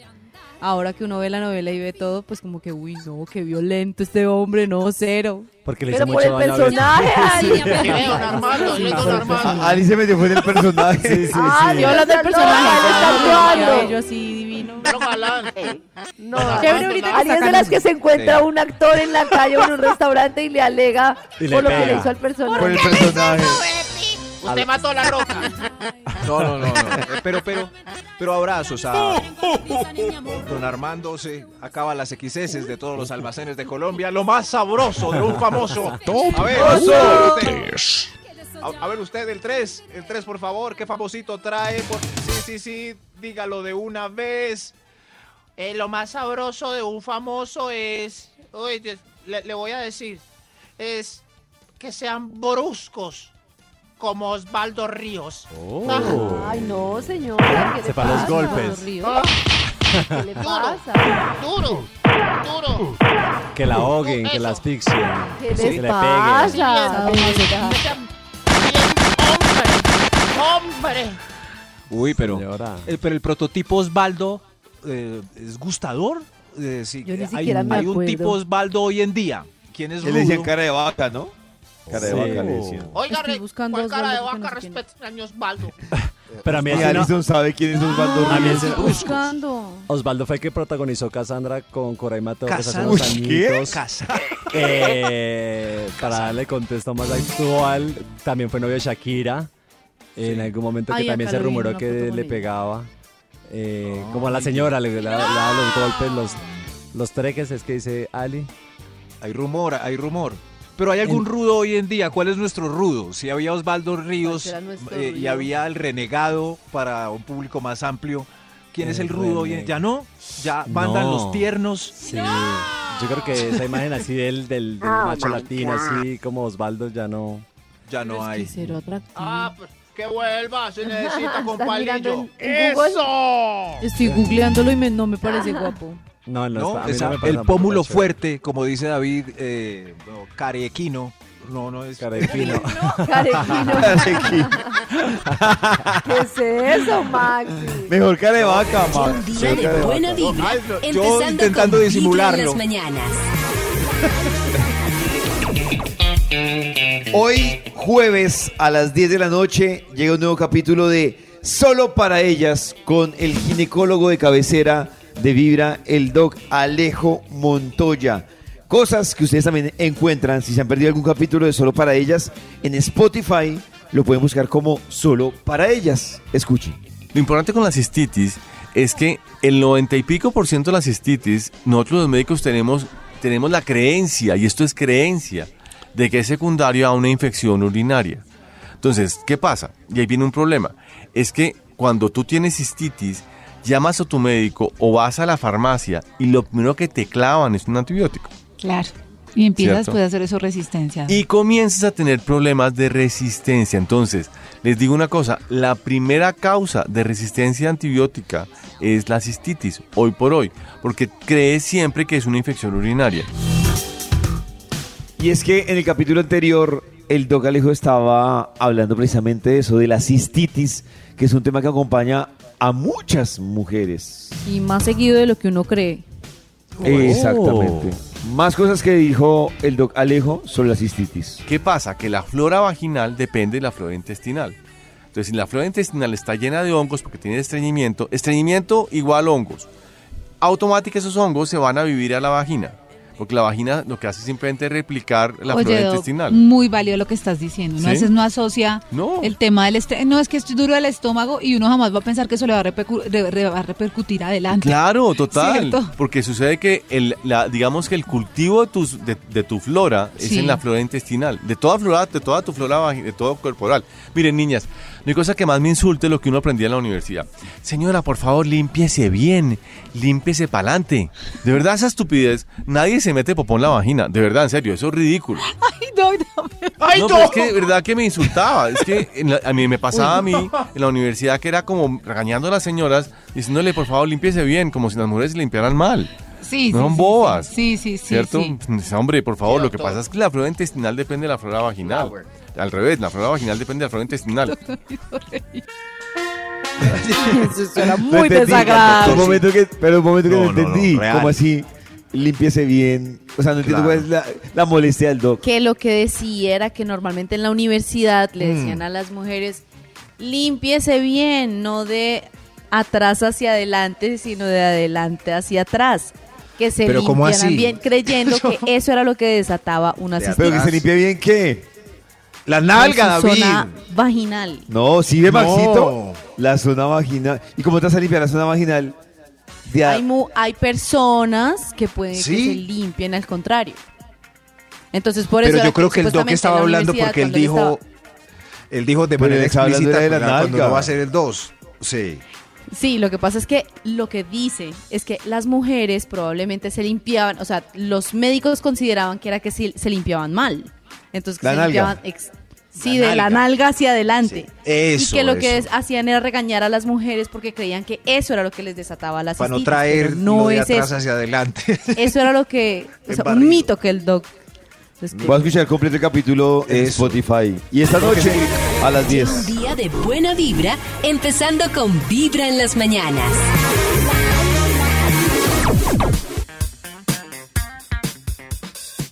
Speaker 6: Ahora que uno ve la novela y ve todo, pues como que, uy, no, qué violento este hombre, no, cero.
Speaker 5: Porque
Speaker 3: le hizo Pero por mucho el daño a Betty. personaje, Ali. Sí,
Speaker 7: Don Armando, no es don Armando.
Speaker 2: Ali se metió en el personaje. sí, sí,
Speaker 3: Ah,
Speaker 6: Yo hablando del
Speaker 3: No,
Speaker 6: personaje.
Speaker 3: le está
Speaker 6: Ay,
Speaker 3: actuando.
Speaker 6: qué bello, así divino.
Speaker 3: No,
Speaker 6: Chévere ahorita que
Speaker 3: Ari es de
Speaker 6: sacan
Speaker 3: las que
Speaker 6: eso.
Speaker 3: se encuentra
Speaker 6: Sí.
Speaker 3: un actor en la calle o [laughs] en un restaurante y le alega
Speaker 8: Y le
Speaker 3: por lo que
Speaker 8: pega.
Speaker 3: le hizo al personaje.
Speaker 8: Por el personaje. A
Speaker 7: Usted
Speaker 8: ver.
Speaker 7: mató a la roca.
Speaker 8: No, no, no, no. Eh, [laughs] Pero, pero, pero abrazos a Don Armando, se acaba las XS de todos los almacenes de Colombia. Lo más sabroso de un famoso.
Speaker 10: Top
Speaker 8: A ver,
Speaker 10: número
Speaker 8: usted.
Speaker 10: 3.
Speaker 8: A, a ver usted, el 3, el 3 por favor, qué famosito trae. Por- Sí, sí, sí, dígalo de una vez.
Speaker 7: Eh, lo más sabroso de un famoso es. Uy, Dios, le, le voy a decir. Es que sean bruscos. Como Osvaldo Ríos.
Speaker 2: Oh.
Speaker 7: Ah,
Speaker 8: Oh.
Speaker 3: Ay, no, señora. ¿qué le
Speaker 5: Sepa los
Speaker 3: pasa?
Speaker 5: golpes.
Speaker 3: Ah. ¿Qué [laughs] le pasa?
Speaker 7: Duro, duro.
Speaker 5: Que la ahoguen, que la asfixien.
Speaker 3: ¿Qué
Speaker 5: Que
Speaker 3: le
Speaker 5: le peguen.
Speaker 3: pasa?
Speaker 7: ¡Hombre!
Speaker 8: Uy, pero. eh, pero el prototipo Osvaldo eh, es gustador. Eh, sí,
Speaker 3: Yo ni
Speaker 8: hay,
Speaker 3: siquiera me
Speaker 8: hay un
Speaker 3: acuerdo.
Speaker 8: tipo Osvaldo hoy en día. ¿Quién es
Speaker 2: Que le decían
Speaker 8: rudo.
Speaker 2: cara de vaca, ¿no? Cara de
Speaker 8: Sí.
Speaker 2: vaca le decían.
Speaker 7: Oiga,
Speaker 6: Estoy
Speaker 7: Rey,
Speaker 6: buscando
Speaker 7: ¿cuál
Speaker 6: a
Speaker 7: cara de
Speaker 6: Osvaldo
Speaker 7: vaca respeta a Osvaldo?
Speaker 5: Pero a mí
Speaker 2: Y
Speaker 5: es una-
Speaker 2: Alison sabe quién es [laughs] Osvaldo
Speaker 5: A mí
Speaker 2: Ríos.
Speaker 5: ese-
Speaker 6: Ah, Buscando.
Speaker 5: Osvaldo fue el que protagonizó Cassandra con Coraima Torres hace
Speaker 8: Cassandra.
Speaker 5: unos
Speaker 8: Uy, ¿qué?
Speaker 5: añitos. [laughs] Eh, para darle contexto más actual, también fue novio de Shakira. En algún momento que
Speaker 6: Ay,
Speaker 5: también
Speaker 6: acá
Speaker 5: se
Speaker 6: lo vi,
Speaker 5: rumoró
Speaker 6: una foto
Speaker 5: que
Speaker 6: con
Speaker 5: le
Speaker 6: ella.
Speaker 5: pegaba. eh, como a la señora, le, le- le daba los golpes, los, los treques, es que dice Ali.
Speaker 8: Hay rumor, hay rumor. Pero hay algún rudo hoy en día. ¿Cuál es nuestro rudo? Si había Osvaldo Ríos
Speaker 3: será nuestro
Speaker 8: eh, y
Speaker 3: rudo?
Speaker 8: había el renegado para un público más amplio. ¿Quién es el
Speaker 5: El
Speaker 8: rudo hoy en ¿Ya
Speaker 5: renegado.
Speaker 8: no? ¿Ya mandan
Speaker 5: No.
Speaker 8: los tiernos?
Speaker 5: Sí. Yo creo que esa imagen así del, del, del macho latino, así como Osvaldo, ya no.
Speaker 8: Ya no hay.
Speaker 6: Cero atractivo.
Speaker 7: Ah, pues que vuelva, se
Speaker 6: [laughs]
Speaker 7: necesita con
Speaker 3: [laughs] ¿Estás
Speaker 7: palillo.
Speaker 3: mirando en- en Google?
Speaker 7: ¡Eso!
Speaker 6: Estoy googleándolo y me- no me parece guapo.
Speaker 5: No, no,
Speaker 8: No,
Speaker 5: está- a mí
Speaker 8: esa-
Speaker 5: no me parece
Speaker 8: el
Speaker 5: tampoco
Speaker 8: pómulo
Speaker 5: chévere.
Speaker 8: fuerte, como dice David eh, no, Carequino. No, no es
Speaker 6: [laughs]
Speaker 5: Carequino.
Speaker 3: Carequino.
Speaker 16: [laughs]
Speaker 2: Carequino.
Speaker 3: ¿Qué es eso, Maxi?
Speaker 2: [laughs] Mejor cara de vaca, ma.
Speaker 1: Un día
Speaker 2: Mejor cara
Speaker 1: de
Speaker 2: vaca.
Speaker 1: buena vibra.
Speaker 8: Ay, no, yo
Speaker 1: empezando
Speaker 8: intentando
Speaker 1: con Vibra
Speaker 8: disimularlo.
Speaker 1: en las mañanas.
Speaker 8: [laughs]
Speaker 2: Hoy, jueves, a las 10 de la noche, llega un nuevo capítulo de solo para ellas con el ginecólogo de cabecera de Vibra, el doc Alejo Montoya. Cosas que ustedes también encuentran, si se han perdido algún capítulo de Solo para ellas, en Spotify lo pueden buscar como Solo para ellas. Escuchen.
Speaker 17: Lo importante con la cistitis es que el 90 y pico por ciento de la cistitis, nosotros los médicos tenemos, tenemos la creencia, y esto es creencia, de que es secundario a una infección urinaria. Entonces, ¿qué pasa? Y ahí viene un problema. Es que cuando tú tienes cistitis, llamas a tu médico o vas a la farmacia y lo primero que te clavan es un antibiótico.
Speaker 3: Claro. Y empiezas
Speaker 17: ¿Cierto?
Speaker 3: pues a hacer eso resistencia.
Speaker 17: Y comienzas a tener problemas de resistencia. Entonces, les digo una cosa, la primera causa de resistencia antibiótica es la cistitis, hoy por hoy, porque crees siempre que es una infección urinaria.
Speaker 2: Y es que en el capítulo anterior, el Doc Alejo estaba hablando precisamente de eso, de la cistitis, que es un tema que acompaña a muchas mujeres.
Speaker 6: Y más seguido de lo que uno cree.
Speaker 17: Oh.
Speaker 2: Exactamente. Oh. Más cosas que dijo el Doc Alejo sobre la cistitis.
Speaker 17: ¿Qué pasa? Que la flora vaginal depende de la flora intestinal. Entonces, si la flora intestinal está llena de hongos porque tiene estreñimiento, estreñimiento igual hongos. Automáticamente esos hongos se van a vivir a la vagina. Porque la vagina lo que hace es simplemente replicar la flora
Speaker 3: Oye, Doc,
Speaker 17: intestinal.
Speaker 3: muy válido lo que estás diciendo. ¿no? A
Speaker 17: ¿Sí?
Speaker 3: veces no asocia el tema del estrés. No, es que es duro el estómago y uno jamás va a pensar que eso le va a, repercu- re- re- va a repercutir adelante. [laughs]
Speaker 17: Claro, total.
Speaker 3: ¿Cierto?
Speaker 17: Porque sucede que el, la- digamos que el cultivo de, tus- de, de tu flora es
Speaker 3: Sí.
Speaker 17: en la flora intestinal, de toda flora, de toda tu flora, vagi- de todo corporal. Miren, niñas, no hay cosa que más me insulte lo que uno aprendía en la universidad. Señora, por favor, límpiese bien, límpiese pa'lante. De verdad, esa estupidez, nadie se mete popón en la vagina. De verdad, en serio, eso es ridículo.
Speaker 3: Ay, no, no.
Speaker 17: no, pero es que de verdad que me insultaba. Es que en la- a mí me pasaba a mí en la universidad que era como regañando a las señoras, diciéndole, por favor, límpiese bien, como si las mujeres se limpiaran mal.
Speaker 3: Sí,
Speaker 17: no
Speaker 3: sí,
Speaker 17: son
Speaker 3: sí,
Speaker 17: bobas.
Speaker 3: sí, sí, sí,
Speaker 17: ¿Cierto?
Speaker 3: sí.
Speaker 17: Pues, Hombre, por favor, lo que pasa es que la flora intestinal depende de la flora vaginal. Al revés, la flora vaginal depende de la flora intestinal.
Speaker 3: [laughs]
Speaker 6: Eso era
Speaker 2: No
Speaker 6: muy
Speaker 2: entendí,
Speaker 6: desagradable.
Speaker 2: Un momento que, pero un momento que
Speaker 17: No, no,
Speaker 2: no,
Speaker 17: no,
Speaker 2: entendí.
Speaker 17: real.
Speaker 2: como así? Límpiese bien. O sea, no entiendo
Speaker 17: Claro.
Speaker 2: cuál es la, la molestia del Doc.
Speaker 6: que lo que decía era que normalmente en la universidad le
Speaker 2: Mm.
Speaker 6: decían a las mujeres, límpiese bien, no de atrás hacia adelante, sino de adelante hacia atrás. Que se
Speaker 2: Pero ¿cómo
Speaker 6: limpiaran
Speaker 2: así?
Speaker 6: bien, creyendo
Speaker 16: [laughs]
Speaker 6: que eso era lo que desataba una
Speaker 2: Pero que se
Speaker 6: cistitis.
Speaker 2: limpie bien, ¿qué? La
Speaker 6: En su zona vaginal.
Speaker 2: No, sí, ve,
Speaker 6: No.
Speaker 2: Maxito. La zona vaginal. ¿Y cómo te vas a limpiar la zona vaginal? De a-
Speaker 6: Hay, mu- hay personas que pueden
Speaker 2: ¿Sí?
Speaker 6: que se limpien al contrario. Entonces, por eso.
Speaker 16: Pero
Speaker 6: era
Speaker 16: yo creo que el doc
Speaker 6: supuestamente
Speaker 16: estaba
Speaker 6: en la
Speaker 16: hablando porque él
Speaker 6: universidad, cuando
Speaker 16: dijo, él dijo de
Speaker 2: Pero
Speaker 16: manera
Speaker 2: él estaba hablando
Speaker 16: explícita
Speaker 2: era de la
Speaker 16: claro, cuando
Speaker 2: nalga.
Speaker 16: no va a ser el 2. Sí.
Speaker 6: Sí, lo que pasa es que lo que dice es que las mujeres probablemente se limpiaban, o sea, los médicos consideraban que era que sí- se limpiaban mal. Entonces, que
Speaker 16: La
Speaker 6: se
Speaker 16: nalga.
Speaker 6: limpiaban. ex- sí,
Speaker 16: La
Speaker 6: de la
Speaker 16: nalga.
Speaker 6: nalga hacia adelante.
Speaker 16: Eso,
Speaker 6: y que lo que
Speaker 16: eso.
Speaker 6: es- hacían era regañar a las mujeres porque creían que eso era lo que les desataba las
Speaker 16: Para no
Speaker 6: cistitis,
Speaker 16: traer
Speaker 6: pero no
Speaker 16: lo de
Speaker 6: es
Speaker 16: atrás
Speaker 6: eso.
Speaker 16: hacia adelante.
Speaker 6: Eso era lo
Speaker 16: [laughs]
Speaker 6: que. o sea,
Speaker 16: Embarrido.
Speaker 6: un mito que el doc. describe.
Speaker 2: Voy a escuchar completo el capítulo en Spotify. Y esta noche, a las 10.
Speaker 1: Un día de buena vibra, empezando con Vibra en las mañanas.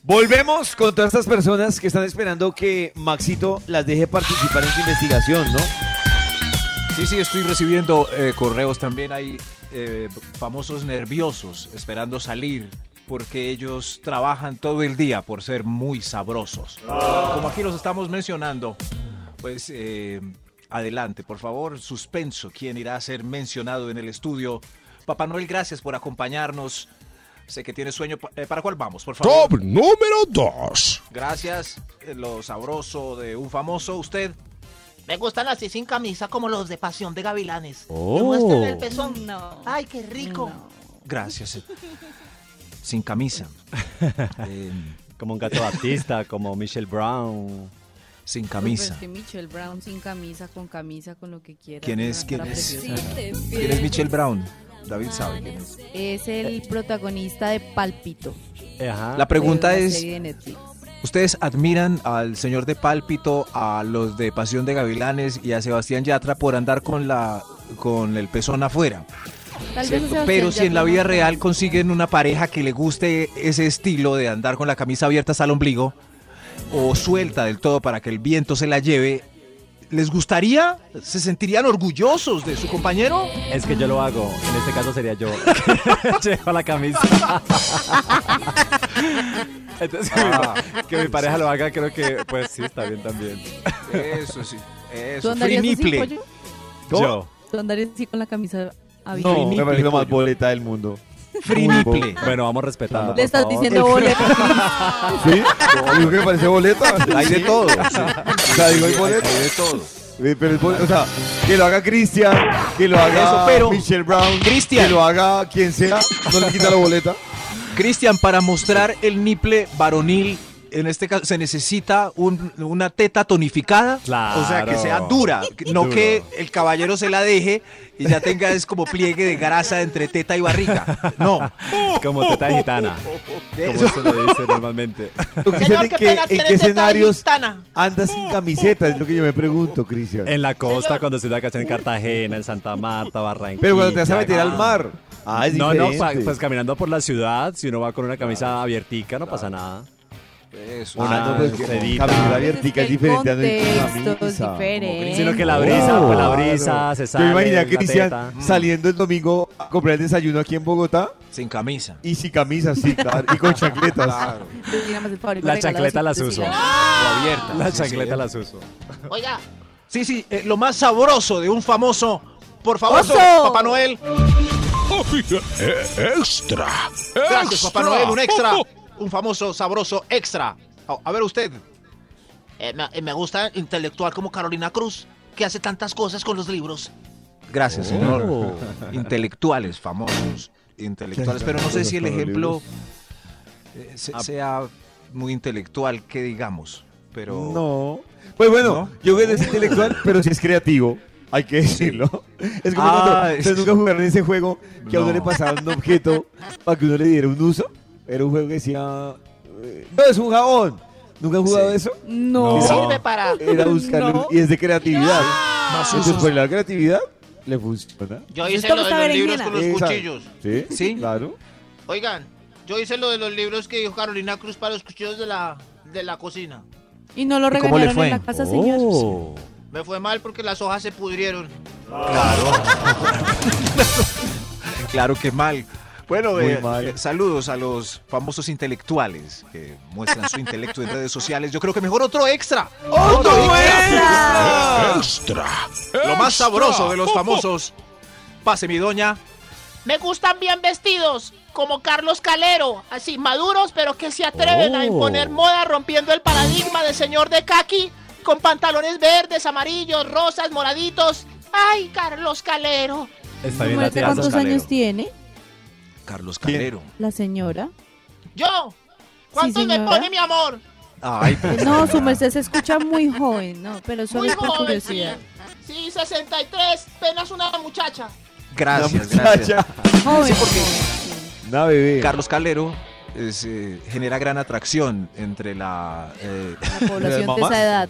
Speaker 2: Volvemos con todas estas personas que están esperando que Maxito las deje participar en su investigación, ¿no?
Speaker 8: Sí, sí, estoy recibiendo eh, correos también. Hay eh, famosos nerviosos esperando salir porque ellos trabajan todo el día por ser muy sabrosos. Como aquí los estamos mencionando, pues eh, adelante, por favor, suspenso, quién irá a ser mencionado en el estudio. Papá Noel, gracias por acompañarnos. Sé que tiene sueño. pa- eh, ¿Para cuál vamos, por favor?
Speaker 10: Top número 2.
Speaker 8: Gracias, eh, lo sabroso de un famoso. Usted,
Speaker 7: Me gustan así sin camisa como los de Pasión de Gavilanes.
Speaker 8: Oh.
Speaker 7: Que muestran el pezón. Ay, qué rico.
Speaker 8: gracias. eh, Sin camisa. Em,
Speaker 5: [laughs] como un gato Batista, como Michelle Brown.
Speaker 8: Sin
Speaker 6: Pues, pero es que Michelle Brown sin camisa, con camisa, con lo que quiera.
Speaker 8: ¿Quién
Speaker 6: tiene
Speaker 8: es?
Speaker 6: una
Speaker 8: ¿Quién
Speaker 6: cara
Speaker 8: es?
Speaker 6: preciosa.
Speaker 8: ¿Quién es Michelle Brown? David sabe quién es.
Speaker 6: Es el protagonista de Palpito.
Speaker 8: La pregunta
Speaker 6: de una
Speaker 8: es,
Speaker 6: serie de Netflix.
Speaker 8: ¿ustedes admiran al señor de Pálpito, a los de Pasión de Gavilanes y a Sebastián Yatra por andar con, la, con el pezón afuera?
Speaker 6: Tal vez
Speaker 8: ¿cierto?
Speaker 6: a Sebastián
Speaker 8: Pero si en la
Speaker 6: Yatra
Speaker 8: vida
Speaker 6: no. [laughs]
Speaker 8: real consiguen una pareja que le guste ese estilo de andar con la camisa abierta hasta el ombligo o suelta del todo para que el viento se la lleve, ¿Les gustaría? ¿Se sentirían orgullosos de su compañero?
Speaker 5: Es que yo lo hago. En este
Speaker 6: Pues,
Speaker 5: caso sería
Speaker 6: [laughs]
Speaker 5: yo. [laughs] Llevo la camisa. Entonces, que mi pa-
Speaker 8: Ah,
Speaker 5: que mi pareja lo haga, creo que, pues sí, está bien también.
Speaker 8: Eso sí.
Speaker 6: ¿Tú
Speaker 8: Eso.
Speaker 6: andarías así,
Speaker 8: Friniple.
Speaker 6: pollo?
Speaker 5: Yo.
Speaker 6: ¿Tú andarías así con la camisa abierta?
Speaker 2: No, me parece lo más boleta del mundo.
Speaker 5: Friniple. Bueno, vamos respetando.
Speaker 6: Le
Speaker 5: por
Speaker 6: estás
Speaker 5: favor.
Speaker 6: diciendo boleta.
Speaker 2: [laughs] ¿Sí?
Speaker 10: [laughs]
Speaker 2: Digo que me parece
Speaker 6: [laughs]
Speaker 2: boleta.
Speaker 8: Hay de todo.
Speaker 2: O sea, digo, hay boleta.
Speaker 8: Hay de todo.
Speaker 2: Eh, Pero es bol- [laughs] o sea, que lo haga Cristian, que lo haga
Speaker 8: Eso, pero-
Speaker 2: Michelle Brown,
Speaker 8: Cristian.
Speaker 2: que lo haga quien sea, no le quita la
Speaker 8: [laughs]
Speaker 2: boleta.
Speaker 8: Cristian, para mostrar el niple varonil, en este caso se necesita un- una teta tonificada, o sea, que sea dura, no
Speaker 2: Duro.
Speaker 8: que el caballero se la deje y ya tenga es como pliegue de grasa entre teta
Speaker 2: [laughs]
Speaker 8: y barriga. No.
Speaker 5: [laughs] Como
Speaker 8: [laughs]
Speaker 5: teta gitana. Como se lo dice normalmente.
Speaker 2: Lo que
Speaker 7: Señor,
Speaker 2: dicen
Speaker 7: qué
Speaker 2: que-
Speaker 7: pena,
Speaker 2: ¿En
Speaker 7: tres
Speaker 2: qué
Speaker 7: detalles,
Speaker 2: escenarios
Speaker 7: Tana.
Speaker 2: anda sin camiseta? Es lo que yo me pregunto, Cristian.
Speaker 5: En la costa, cuando se da cachar en Cartagena, en Santa Marta, Barranquilla.
Speaker 2: Pero cuando te vas a meter al mar. Ah, es
Speaker 5: no, no, pa-
Speaker 2: diferente.
Speaker 5: pues caminando por la ciudad, si uno va con una camisa abiertica, no pasa nada.
Speaker 2: Ah, no, pues, que-
Speaker 5: susterita.
Speaker 2: caminar abiertica es diferente a no ir con
Speaker 6: Contextos
Speaker 2: camisa.
Speaker 6: diferentes.
Speaker 5: Sino que la brisa,
Speaker 2: Oh.
Speaker 5: pues la brisa, se sale.
Speaker 2: Yo me imaginé a
Speaker 5: la teta.
Speaker 2: Cristian Mm. saliendo el domingo a comprar el desayuno aquí en Bogotá
Speaker 8: Sin camisa.
Speaker 2: y sin camisas, sí, claro,
Speaker 6: [laughs]
Speaker 2: y con chancletas.
Speaker 5: La chancleta las uso.
Speaker 8: abierta.
Speaker 5: La
Speaker 8: Sí,
Speaker 5: chancleta
Speaker 8: sí.
Speaker 5: las uso.
Speaker 7: [laughs] Oiga,
Speaker 8: Sí, sí, eh, lo más sabroso de un famoso, por favor,
Speaker 7: Oso.
Speaker 8: Papá Noel.
Speaker 10: E- extra.
Speaker 8: Gracias,
Speaker 10: Extra.
Speaker 8: Papá Noel, un [laughs] extra, un famoso sabroso extra.
Speaker 7: Oh,
Speaker 8: A- A ver usted.
Speaker 7: eh, me, eh, me gusta intelectual como Carolina Cruz, que hace tantas cosas con los libros.
Speaker 8: Gracias, señor. Intelectuales famosos. Intelectuales. Pero no sé si el ejemplo eh, se- sea muy intelectual, que digamos. Pero.
Speaker 2: No. Pues bueno,
Speaker 8: ¿No?
Speaker 2: yo creo que no es
Speaker 8: [laughs]
Speaker 2: intelectual, pero sí es creativo. Hay que decirlo. Es como
Speaker 8: Ah,
Speaker 2: cuando
Speaker 8: es-
Speaker 2: ustedes nunca jugaron ese juego que a uno
Speaker 8: No.
Speaker 2: le pasaban un
Speaker 8: [laughs]
Speaker 2: objeto para que uno le diera un uso. Era un juego que decía. eh, No, es un jabón. ¿Nunca han jugado eso?
Speaker 6: No.
Speaker 2: No.
Speaker 7: Sirve para.
Speaker 2: Era buscarle. un-
Speaker 6: No.
Speaker 2: Y es de creatividad. Entonces,
Speaker 8: usos.
Speaker 2: por la creatividad, le funciona.
Speaker 7: Yo
Speaker 6: Yo
Speaker 7: hice
Speaker 6: estaba
Speaker 7: lo de los
Speaker 6: berenjena.
Speaker 7: libros con los
Speaker 2: Esa-
Speaker 7: cuchillos.
Speaker 2: ¿Sí?
Speaker 8: Sí.
Speaker 2: Claro.
Speaker 7: Oigan, yo hice lo de los libros que dijo Carolina Cruz para los cuchillos de la, de la cocina.
Speaker 6: Y no lo
Speaker 8: ¿Y cómo le
Speaker 6: regañaron en la
Speaker 8: fue?
Speaker 6: casa, señor.
Speaker 2: Oh.
Speaker 7: Me fue mal porque las hojas se pudrieron.
Speaker 8: [laughs] Claro que mal. Bueno,
Speaker 2: Muy
Speaker 8: eh,
Speaker 2: mal.
Speaker 8: eh, saludos a los famosos intelectuales que muestran su intelecto en redes sociales. Yo creo que mejor otro extra. ¡Otro extra!
Speaker 10: Extra.
Speaker 8: Lo más
Speaker 10: Extra.
Speaker 8: sabroso de los famosos. Pase mi doña.
Speaker 7: Me gustan bien vestidos, como Carlos Calero, así maduros, pero que se atreven
Speaker 6: Oh.
Speaker 7: a imponer moda rompiendo el paradigma de señor de Kaki, con pantalones verdes, amarillos, rosas, moraditos. ¡Ay, Carlos Calero!
Speaker 5: Está bien la
Speaker 6: ¿Muerte
Speaker 5: tía.
Speaker 6: cuántos
Speaker 8: Calero.
Speaker 6: años tiene
Speaker 8: Carlos Calero.
Speaker 6: la señora?
Speaker 7: Yo, ¿cuántos me
Speaker 6: señora.
Speaker 7: pone mi amor?
Speaker 8: Ay, pues,
Speaker 6: No, su merced se escucha muy joven, no, pero solo
Speaker 7: Muy
Speaker 6: es por
Speaker 7: joven. Sí,
Speaker 6: curiosidad.
Speaker 7: Sí, 63, apenas una muchacha.
Speaker 8: gracias,
Speaker 2: Una muchacha,
Speaker 8: gracias.
Speaker 6: Joven.
Speaker 2: Una bebé.
Speaker 8: Carlos Calero es, eh, genera gran atracción entre la, eh,
Speaker 6: La población de
Speaker 2: mamás?
Speaker 6: esa edad.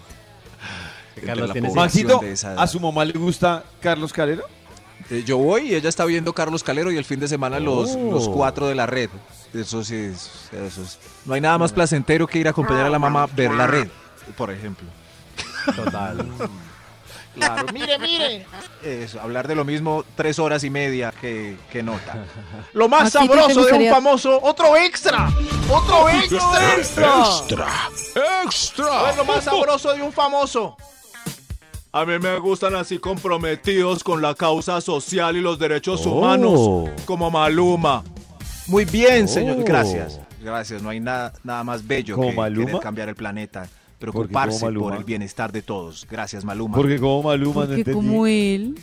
Speaker 8: entre
Speaker 5: Carlos
Speaker 8: la
Speaker 5: tiene
Speaker 8: población
Speaker 2: Maxito,
Speaker 8: de esa edad.
Speaker 2: ¿a su mamá le gusta Carlos Calero?
Speaker 8: Eh, yo voy y ella está viendo Carlos Calero y el fin de semana los,
Speaker 2: Oh.
Speaker 8: los cuatro de la red. Eso sí, es- eso es. No hay nada más placentero que ir a acompañar a la mamá a ver
Speaker 6: Ah.
Speaker 8: la red, por ejemplo.
Speaker 5: Total.
Speaker 8: [laughs] Claro,
Speaker 7: Mire, mire.
Speaker 8: eso, hablar de lo mismo tres horas y media que, que [laughs] nota. Lo más
Speaker 6: Maxito, ¿te
Speaker 8: sabroso de un
Speaker 6: gustaría-
Speaker 8: famoso, otro extra. Otro extra.
Speaker 10: Extra. Extra.
Speaker 8: A ver, lo más sabroso de un famoso. A mí me gustan así comprometidos con la causa social y los derechos
Speaker 2: Oh.
Speaker 8: humanos, como Maluma. Muy bien, señor. Gracias. Gracias, no hay nada, nada más bello
Speaker 2: ¿Como
Speaker 8: que
Speaker 2: Maluma?
Speaker 8: querer cambiar el planeta,
Speaker 2: como
Speaker 8: preocuparse por
Speaker 2: Maluma?
Speaker 8: el bienestar de todos. Gracias, Maluma.
Speaker 2: Porque como Maluma no
Speaker 6: Porque
Speaker 2: entendí.
Speaker 6: como él.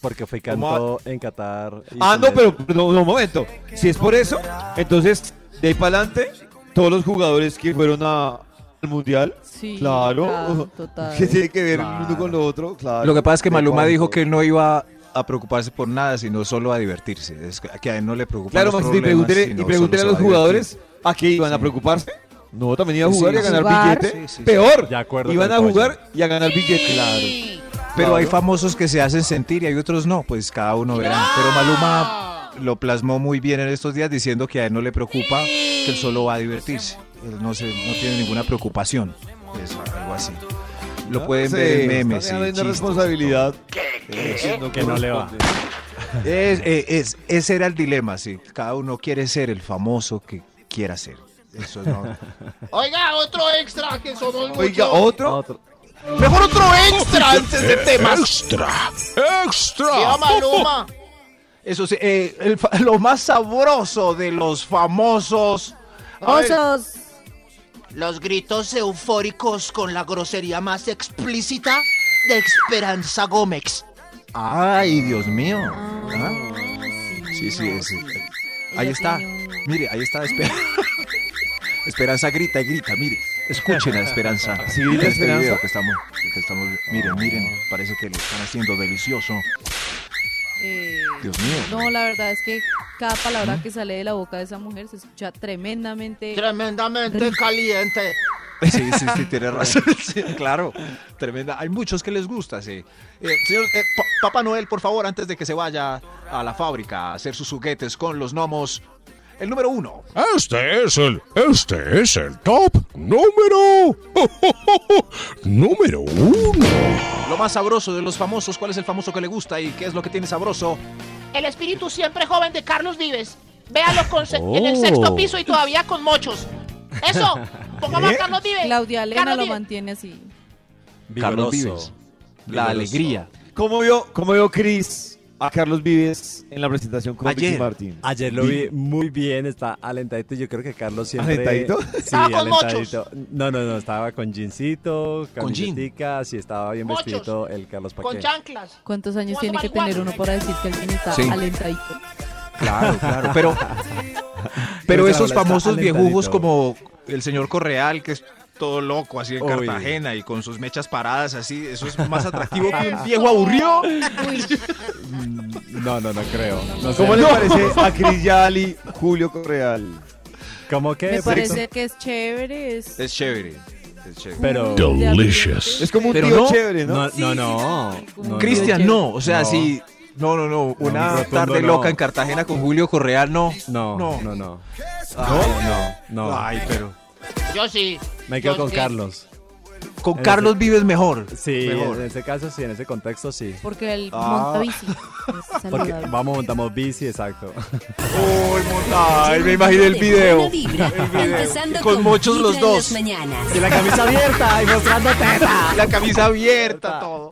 Speaker 5: Porque fue y
Speaker 8: ¿Cómo?
Speaker 5: cantó en Qatar. y
Speaker 2: Ah, no,
Speaker 5: Juliet.
Speaker 2: pero no, no, un momento. Si es por eso, entonces de ahí para adelante, todos los jugadores que fueron a- al mundial,
Speaker 6: Sí,
Speaker 2: claro,
Speaker 6: total, total.
Speaker 2: [laughs] que tiene que ver uno con lo otro, claro.
Speaker 8: Lo que pasa es que
Speaker 2: De
Speaker 8: Maluma
Speaker 2: cuando-
Speaker 8: dijo que no iba a preocuparse por nada, sino solo a divertirse. Es que que a él no le preocupa.
Speaker 2: Claro, Maxito, y pregúntele, y pregúntele a los jugadores a qué iban a preocuparse. No, también iban a
Speaker 8: Sí,
Speaker 2: jugar y a
Speaker 8: sí,
Speaker 2: ganar
Speaker 6: jugar.
Speaker 2: billete.
Speaker 8: Sí, sí, sí.
Speaker 2: Peor,
Speaker 5: De acuerdo
Speaker 2: iban
Speaker 5: con
Speaker 2: a
Speaker 5: Pollo.
Speaker 2: jugar y a ganar billete. Claro.
Speaker 8: Pero hay
Speaker 2: Claro.
Speaker 8: famosos que se hacen sentir y hay otros no, pues cada uno verá. Pero Maluma lo plasmó muy bien en estos días diciendo que a él no le preocupa, que él solo va a divertirse. Él no, se, no tiene ninguna preocupación. Es algo así. Lo pueden ver en memes.
Speaker 2: Ah, Está
Speaker 8: y
Speaker 2: dejando una
Speaker 8: chistes.
Speaker 2: responsabilidad.
Speaker 8: Eh,
Speaker 2: no
Speaker 8: que no le va. Es, eh, es- ese era el dilema, sí. Cada uno quiere ser el famoso que quiera ser. Eso no.
Speaker 7: Oiga, otro extra que somos
Speaker 8: Oiga,
Speaker 7: muchos.
Speaker 8: ¿otro?
Speaker 7: Mejor otro extra
Speaker 8: [laughs]
Speaker 7: antes de temas.
Speaker 10: Extra.
Speaker 7: ¡Extra! ¡Viva Maluma!
Speaker 8: Eso sí, eh, el fa- [laughs] lo más sabroso de los famosos. [laughs] A ver,
Speaker 7: Osos. Los gritos eufóricos con la grosería más explícita de Esperanza Gómez.
Speaker 8: Ay, Dios mío. ¿Ah? Sí, sí, sí. Ahí está. Mire, ahí
Speaker 2: [laughs]
Speaker 8: está. Esper- Esperanza grita y grita, mire. Escuchen a Esperanza. [laughs]
Speaker 2: Sí, grita
Speaker 8: Este
Speaker 2: Esperanza.
Speaker 8: video que estamos, que estamos- miren, miren. Parece que lo están haciendo delicioso.
Speaker 6: Eh,
Speaker 8: Dios mío.
Speaker 6: No, la verdad es que cada palabra que sale de la boca de esa mujer se escucha tremendamente.
Speaker 7: Tremendamente caliente.
Speaker 8: Sí, sí, sí, [laughs] tiene razón. Sí, claro, tremenda. Hay muchos que les gusta, sí. Eh, señor, eh, Pa- Papá Noel, por favor, antes de que se vaya a la fábrica a hacer sus juguetes con los gnomos, el número uno.
Speaker 10: Este es el, este es el top número, [laughs] número uno.
Speaker 8: Lo más sabroso de los famosos, ¿cuál es el famoso que le gusta y qué es lo que tiene sabroso?
Speaker 7: El espíritu siempre joven de Carlos Vives. Véalo con se-
Speaker 8: Oh.
Speaker 7: en el sexto piso y todavía con mochos. Eso,
Speaker 8: [laughs]
Speaker 7: pongamos a
Speaker 8: ¿Eh?
Speaker 7: Carlos Vives.
Speaker 6: Claudia Elena
Speaker 7: Carlos
Speaker 6: lo
Speaker 7: Vives.
Speaker 6: mantiene así.
Speaker 8: Carlos Vives. La alegría.
Speaker 2: ¿Cómo vio, cómo vio Chris a Carlos Vives en la presentación con Ricky
Speaker 5: Ayer,
Speaker 2: Martin?
Speaker 5: ayer lo vi muy bien, está alentadito. Yo creo que Carlos siempre.
Speaker 2: ¿Alentadito?
Speaker 8: [laughs]
Speaker 5: Sí,
Speaker 2: Estaba con
Speaker 5: alentadito. No, no, no, estaba con jeansito,
Speaker 8: Con jean.
Speaker 5: camisetica, sí, estaba bien
Speaker 7: Mochos.
Speaker 5: vestidito el Carlos Paquet.
Speaker 7: Con chanclas.
Speaker 6: ¿Cuántos años tiene que tener uno para decir que alguien está
Speaker 5: Sí.
Speaker 6: alentadito?
Speaker 2: [laughs]
Speaker 8: Claro, claro, pero, pero
Speaker 5: Pero
Speaker 8: esos
Speaker 5: ahora está
Speaker 8: famosos viejujos
Speaker 5: alentadito.
Speaker 8: como el señor Correal, que es todo loco así en
Speaker 5: Uy.
Speaker 8: Cartagena y con sus mechas paradas así, eso es más atractivo que
Speaker 2: [laughs]
Speaker 8: un viejo [laughs] aburrido.
Speaker 5: No, no, no creo. No sé.
Speaker 2: ¿Cómo
Speaker 5: [laughs]
Speaker 2: le
Speaker 5: No.
Speaker 2: parece a Chris Yali, Julio Correal?
Speaker 5: ¿Cómo que?
Speaker 6: Me parece que es chévere, es
Speaker 8: Es chévere. Es chévere.
Speaker 5: Pero.
Speaker 10: Delicious.
Speaker 2: Es como un
Speaker 8: Pero
Speaker 2: tío
Speaker 8: no.
Speaker 2: chévere, ¿no?
Speaker 5: No, no, no. no,
Speaker 8: Cristian, no. O sea,
Speaker 5: No.
Speaker 8: si. No, no, no. Una
Speaker 5: rotundo
Speaker 8: tarde
Speaker 5: no.
Speaker 8: loca en Cartagena con Julio Correal, no.
Speaker 5: No,
Speaker 8: No.
Speaker 5: no, no. No,
Speaker 8: Ay,
Speaker 5: no. no.
Speaker 8: Ay, pero.
Speaker 7: Yo sí.
Speaker 5: [laughs] Me quedo
Speaker 7: Yo
Speaker 5: con
Speaker 7: sí.
Speaker 5: Carlos.
Speaker 8: Con
Speaker 5: En
Speaker 8: Carlos
Speaker 5: ese-
Speaker 8: vives mejor.
Speaker 5: Sí,
Speaker 8: Mejor.
Speaker 5: en ese caso sí, en ese contexto sí.
Speaker 6: porque él
Speaker 8: Ah. [laughs]
Speaker 5: [laughs]
Speaker 6: monta bici.
Speaker 5: Porque
Speaker 6: Es saludable.
Speaker 5: vamos, montamos bici, exacto.
Speaker 8: Uy, monta- Ay, me imaginé el
Speaker 1: De
Speaker 8: video.
Speaker 1: buena vibra, empezando
Speaker 8: Con mochos
Speaker 1: vibra
Speaker 8: los
Speaker 1: en las
Speaker 8: dos.
Speaker 1: mañanas. [laughs]
Speaker 5: Y la camisa abierta y mostrando teta.
Speaker 8: La camisa abierta, todo.